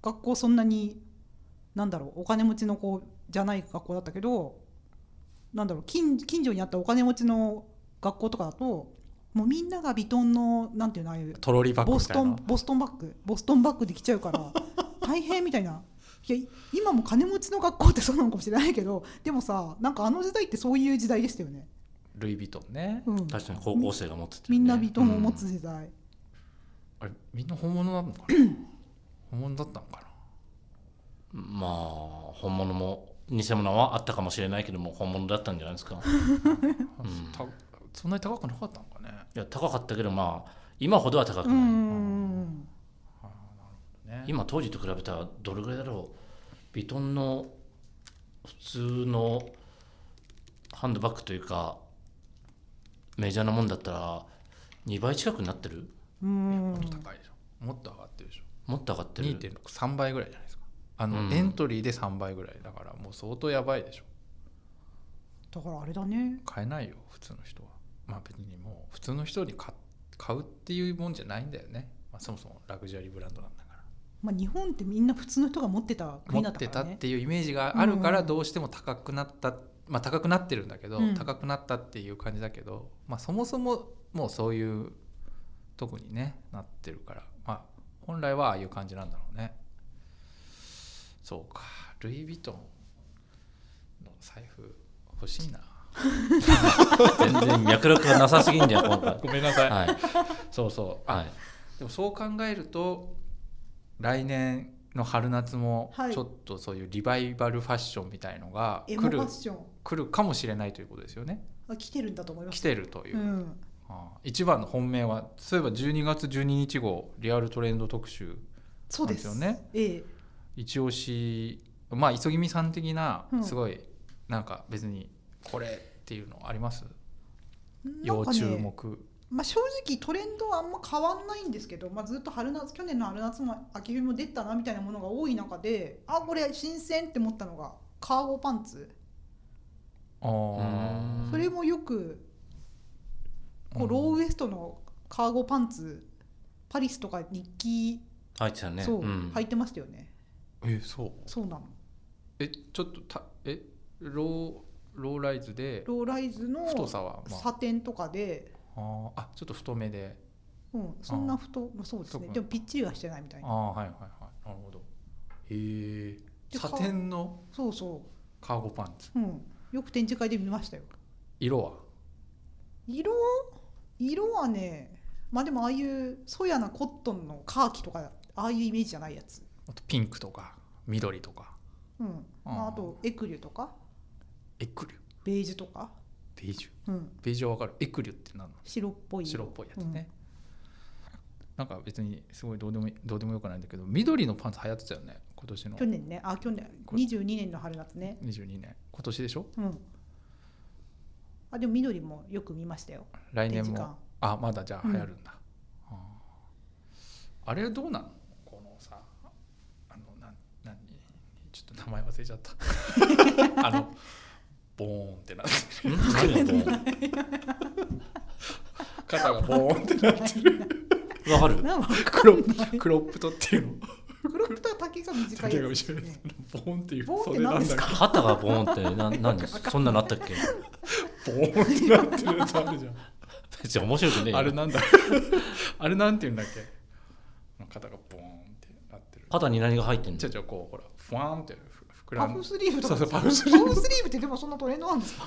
Speaker 1: 学校そんなになんだろうお金持ちの子じゃない学校だったけどなんだろう近近所にあったお金持ちの学校とかだともうみんながビトンのなんていうのああいう
Speaker 3: トロリーバッグ
Speaker 1: ボ
Speaker 3: み
Speaker 1: ス
Speaker 3: た
Speaker 1: ト
Speaker 3: いな
Speaker 1: ンボストンバッグボストンバッグできちゃうから 大変みたいないや今も金持ちの学校ってそうなのかもしれないけどでもさなんかあの時代ってそういう時代でしたよね、
Speaker 3: ルイ・ヴィトンね、
Speaker 1: うん、
Speaker 2: 確かに高校生が持ってて、
Speaker 1: みんなビトンを持つ時代、
Speaker 3: あれみんな本物な のかな本物だったのかな
Speaker 2: まあ本物も偽物はあったかもしれないけども本物だったんじゃないですかいん
Speaker 3: たそんなに高くなかったのかね
Speaker 2: や高かったけどまあ今ほどは高く
Speaker 1: う
Speaker 2: ない、
Speaker 1: ん
Speaker 3: ね
Speaker 2: 今当時と比べたらどれぐらいだろうヴィトンの普通のハンドバッグというかメジャーなもんだったら2倍近くになってる
Speaker 1: う
Speaker 3: いや
Speaker 1: ん
Speaker 3: もっと高いでしょもっと上がってるでしょ
Speaker 2: もっと上がってる
Speaker 3: 2.63倍ぐらいじゃないですかあの、
Speaker 2: うん
Speaker 3: エントリーで3倍ぐらいだからもう相当やばいでしょ
Speaker 1: だからあれだね
Speaker 3: 買えないよ普通の人はまあ別にもう普通の人に買買うっていうもんじゃないんだよね、まあ、そもそもラグジュアリーブランドなんだから
Speaker 1: まあ日本ってみんな普通の人が持ってた国
Speaker 3: 持
Speaker 1: だ
Speaker 3: っ
Speaker 1: った
Speaker 3: て
Speaker 1: か
Speaker 3: た
Speaker 1: ら
Speaker 3: っ
Speaker 1: ね
Speaker 3: ていうイメージがあるから
Speaker 1: うん
Speaker 3: どうしても高くなった、まあ高くなってるんだけど、
Speaker 1: うん
Speaker 3: 高くなったっていう感じだけど、まあ、そもそももうそういう特にねなってるからまあ本来はああいう感じなんだろうねそうかルイ・ヴィトンの財布欲しいな
Speaker 2: 全然脈絡がなさすぎんだよ今回
Speaker 3: ごめんなさい
Speaker 2: はい
Speaker 3: そうそうあ
Speaker 2: はい
Speaker 3: でもそう考えると来年の春夏も
Speaker 1: はい
Speaker 3: ちょっとそういうリバイバルファッションみたいのが
Speaker 1: エ
Speaker 3: 来
Speaker 1: モフ
Speaker 3: る,、
Speaker 1: ァッション
Speaker 3: 来るかもしれないということですよね
Speaker 1: あ来てるんだと思いま
Speaker 3: 来
Speaker 1: す
Speaker 3: てるという、
Speaker 1: うん
Speaker 3: ああ一番の本命はそういえば12月12日号リアルトレンド特集
Speaker 1: そうです
Speaker 3: なんですよね
Speaker 1: ええ
Speaker 3: 一押しまあ磯君さん的な
Speaker 1: うん
Speaker 3: すごいなんか別にこれっていうのあります、
Speaker 1: なん
Speaker 3: 要
Speaker 1: か
Speaker 3: 注
Speaker 1: ね、
Speaker 3: 目
Speaker 1: まあ、正直トレンドはあんま変わんないんですけど、まあ、ずっと春夏去年の春夏も秋冬も出たなみたいなものが多い中であこれ新鮮って思ったのがカーゴパンツ
Speaker 3: ああ
Speaker 2: うん
Speaker 1: それもよくこ
Speaker 3: う
Speaker 1: うんローウエストのカーゴパンツパリスとか日記、
Speaker 2: 入ってたね
Speaker 1: そう、
Speaker 2: ん
Speaker 1: 履いてましたよね
Speaker 3: えそう
Speaker 1: そうなの
Speaker 3: えちょっとたえローローライズで
Speaker 1: ローライズの
Speaker 3: 太さは、まあ、
Speaker 1: サテンとかで、
Speaker 3: あーあちょっと太めで
Speaker 1: うん、そんな太まあそうです
Speaker 3: そう
Speaker 1: ね
Speaker 3: か
Speaker 1: でもぴっちりはしてないみたい
Speaker 3: あ
Speaker 1: な
Speaker 3: あはいはいはいなるほどへえ
Speaker 1: で
Speaker 3: サテンの
Speaker 1: そうそ
Speaker 3: カーゴパンツ
Speaker 1: う、うん、よく展示会で見ましたよ
Speaker 3: 色は
Speaker 1: 色色はねまあでもああいうそやなコットンのカーキとかああいうイメージじゃないやつ、
Speaker 3: あとピンクとか緑とか
Speaker 1: うんまあ、
Speaker 3: あー
Speaker 1: あとエクリュとか
Speaker 3: エクリュ
Speaker 1: ベージュとか、
Speaker 3: ベージュ
Speaker 1: うん、
Speaker 3: ベージュはわかるエクリュって何なの
Speaker 1: 白っぽい色
Speaker 3: 白っぽいやつね、なんか別にすごいどうでもいいどうでもよくないんだけど緑のパンツ流行ってたよね今年の
Speaker 1: 去年ねあ去年
Speaker 3: これ
Speaker 1: 22年の春夏ね
Speaker 3: 22年今年でしょ
Speaker 1: うんあでも緑もよく見ましたよ
Speaker 3: 来
Speaker 1: 展
Speaker 3: 年
Speaker 1: 示
Speaker 3: も
Speaker 1: 館
Speaker 3: あまだじゃあ
Speaker 1: うん
Speaker 3: 流行るんだ、あーあれどうなのこのさあのなん何ちょっと名前忘れちゃっ たあのボーンってなって
Speaker 2: ん何がこ
Speaker 3: 肩がボーンってなって る
Speaker 2: うわかる
Speaker 1: なんか
Speaker 3: クロクロップトっていうの
Speaker 1: クロップとは丈が短い
Speaker 3: 竹が
Speaker 1: やつ
Speaker 3: 後ろに
Speaker 1: ね
Speaker 3: ボーンっていう
Speaker 1: ボーンっ
Speaker 3: 袖
Speaker 1: て
Speaker 3: な
Speaker 1: 何
Speaker 3: ん
Speaker 1: です
Speaker 3: だ
Speaker 1: か
Speaker 2: 肩がボーン ってな何そんなのあったっけ
Speaker 3: けどボーンってなってるやつあ るじゃん
Speaker 2: 別に面白くねえよ
Speaker 3: あれなんだ あれなんていうんだっけ肩がボーンってなってる
Speaker 2: 肩に何が入ってんの
Speaker 3: ちょちょこうほらフワーンってふ膨ら
Speaker 1: パ
Speaker 3: ん
Speaker 1: フスリーブとか
Speaker 3: そうそうパフスリ
Speaker 1: パ
Speaker 3: ーブ
Speaker 1: フスリーブってでもそんなトレンドなんですか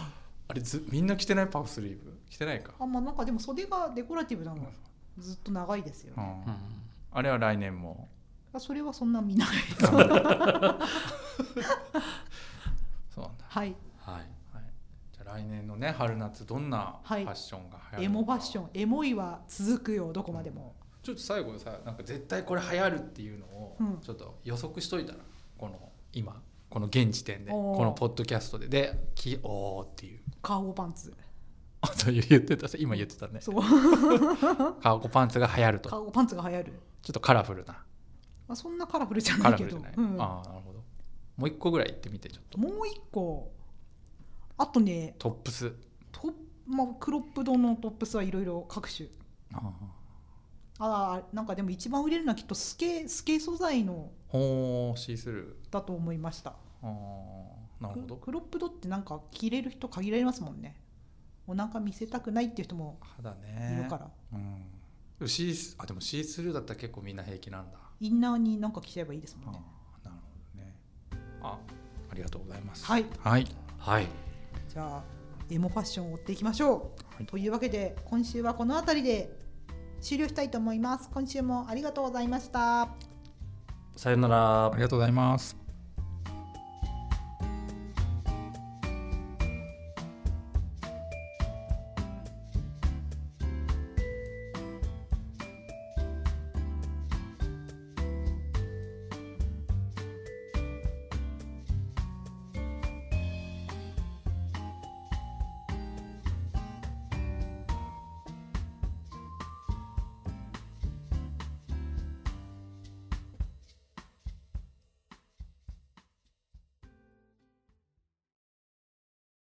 Speaker 3: あれずみんな着てないパフスリーブ着てないか、
Speaker 1: あまあなんかでも袖がデコラティブな
Speaker 3: うん
Speaker 1: のずっと長いですよね、
Speaker 2: うん
Speaker 3: あれは来年も
Speaker 1: あそれはそんな見ない
Speaker 3: そうなんだ、
Speaker 1: はい
Speaker 2: はい
Speaker 3: はい、じゃあ来年のね春夏どんなフ
Speaker 1: は
Speaker 3: ァ
Speaker 1: い
Speaker 3: ッションが流行る
Speaker 1: エ
Speaker 3: の
Speaker 1: モ
Speaker 3: か
Speaker 1: ファッションエモいは続くよどこまでも、
Speaker 3: ちょっと最後さなんか絶対これ流行るっていうのを
Speaker 1: うん
Speaker 3: ちょっと予測しといたら、この今この現時点で
Speaker 1: おー
Speaker 3: このポッドキャストでで「きおー」っていう
Speaker 1: カーゴパンツ
Speaker 3: あそう言ってた今言ってたね
Speaker 1: そう
Speaker 3: カーゴパンツが流行るとち
Speaker 1: カ
Speaker 3: ょ
Speaker 1: ーゴパンツが流行る
Speaker 3: っとカラフルな
Speaker 1: あそんなカラフルじゃな
Speaker 3: カ
Speaker 1: い
Speaker 3: ラフ
Speaker 1: け
Speaker 3: ルじ
Speaker 1: ど
Speaker 3: ゃない、
Speaker 1: うん
Speaker 3: ああなるほどもう一個ぐらい言ってみてちょっと
Speaker 1: もう一個あとね
Speaker 3: トップス
Speaker 1: トップまあ、クロップドのトップスはいろいろ各種
Speaker 3: ああ
Speaker 1: ああなんかでも一番売れるのはきっとスケスケ素材の
Speaker 3: ほーシースルー
Speaker 1: だと思いました
Speaker 3: あーなるほ
Speaker 1: ク
Speaker 3: ど
Speaker 1: クロップドってなんか着れる人限られますもんねお腹見せたくないっていう人も
Speaker 3: 肌
Speaker 1: い
Speaker 3: ね
Speaker 1: るから、
Speaker 3: うんシースあでもシースルーだったら結構みんな平気なんだ、
Speaker 1: インナーになんか着ちゃえばいいですもんね
Speaker 3: あーなるほどねあありがとうございます
Speaker 1: はい
Speaker 3: はい
Speaker 2: はい
Speaker 1: じゃあエモファッションを追っていきましょう、というわけで今週はこの辺りで終了したいと思います今週もありがとうございました
Speaker 2: さよなら
Speaker 3: ありがとうございます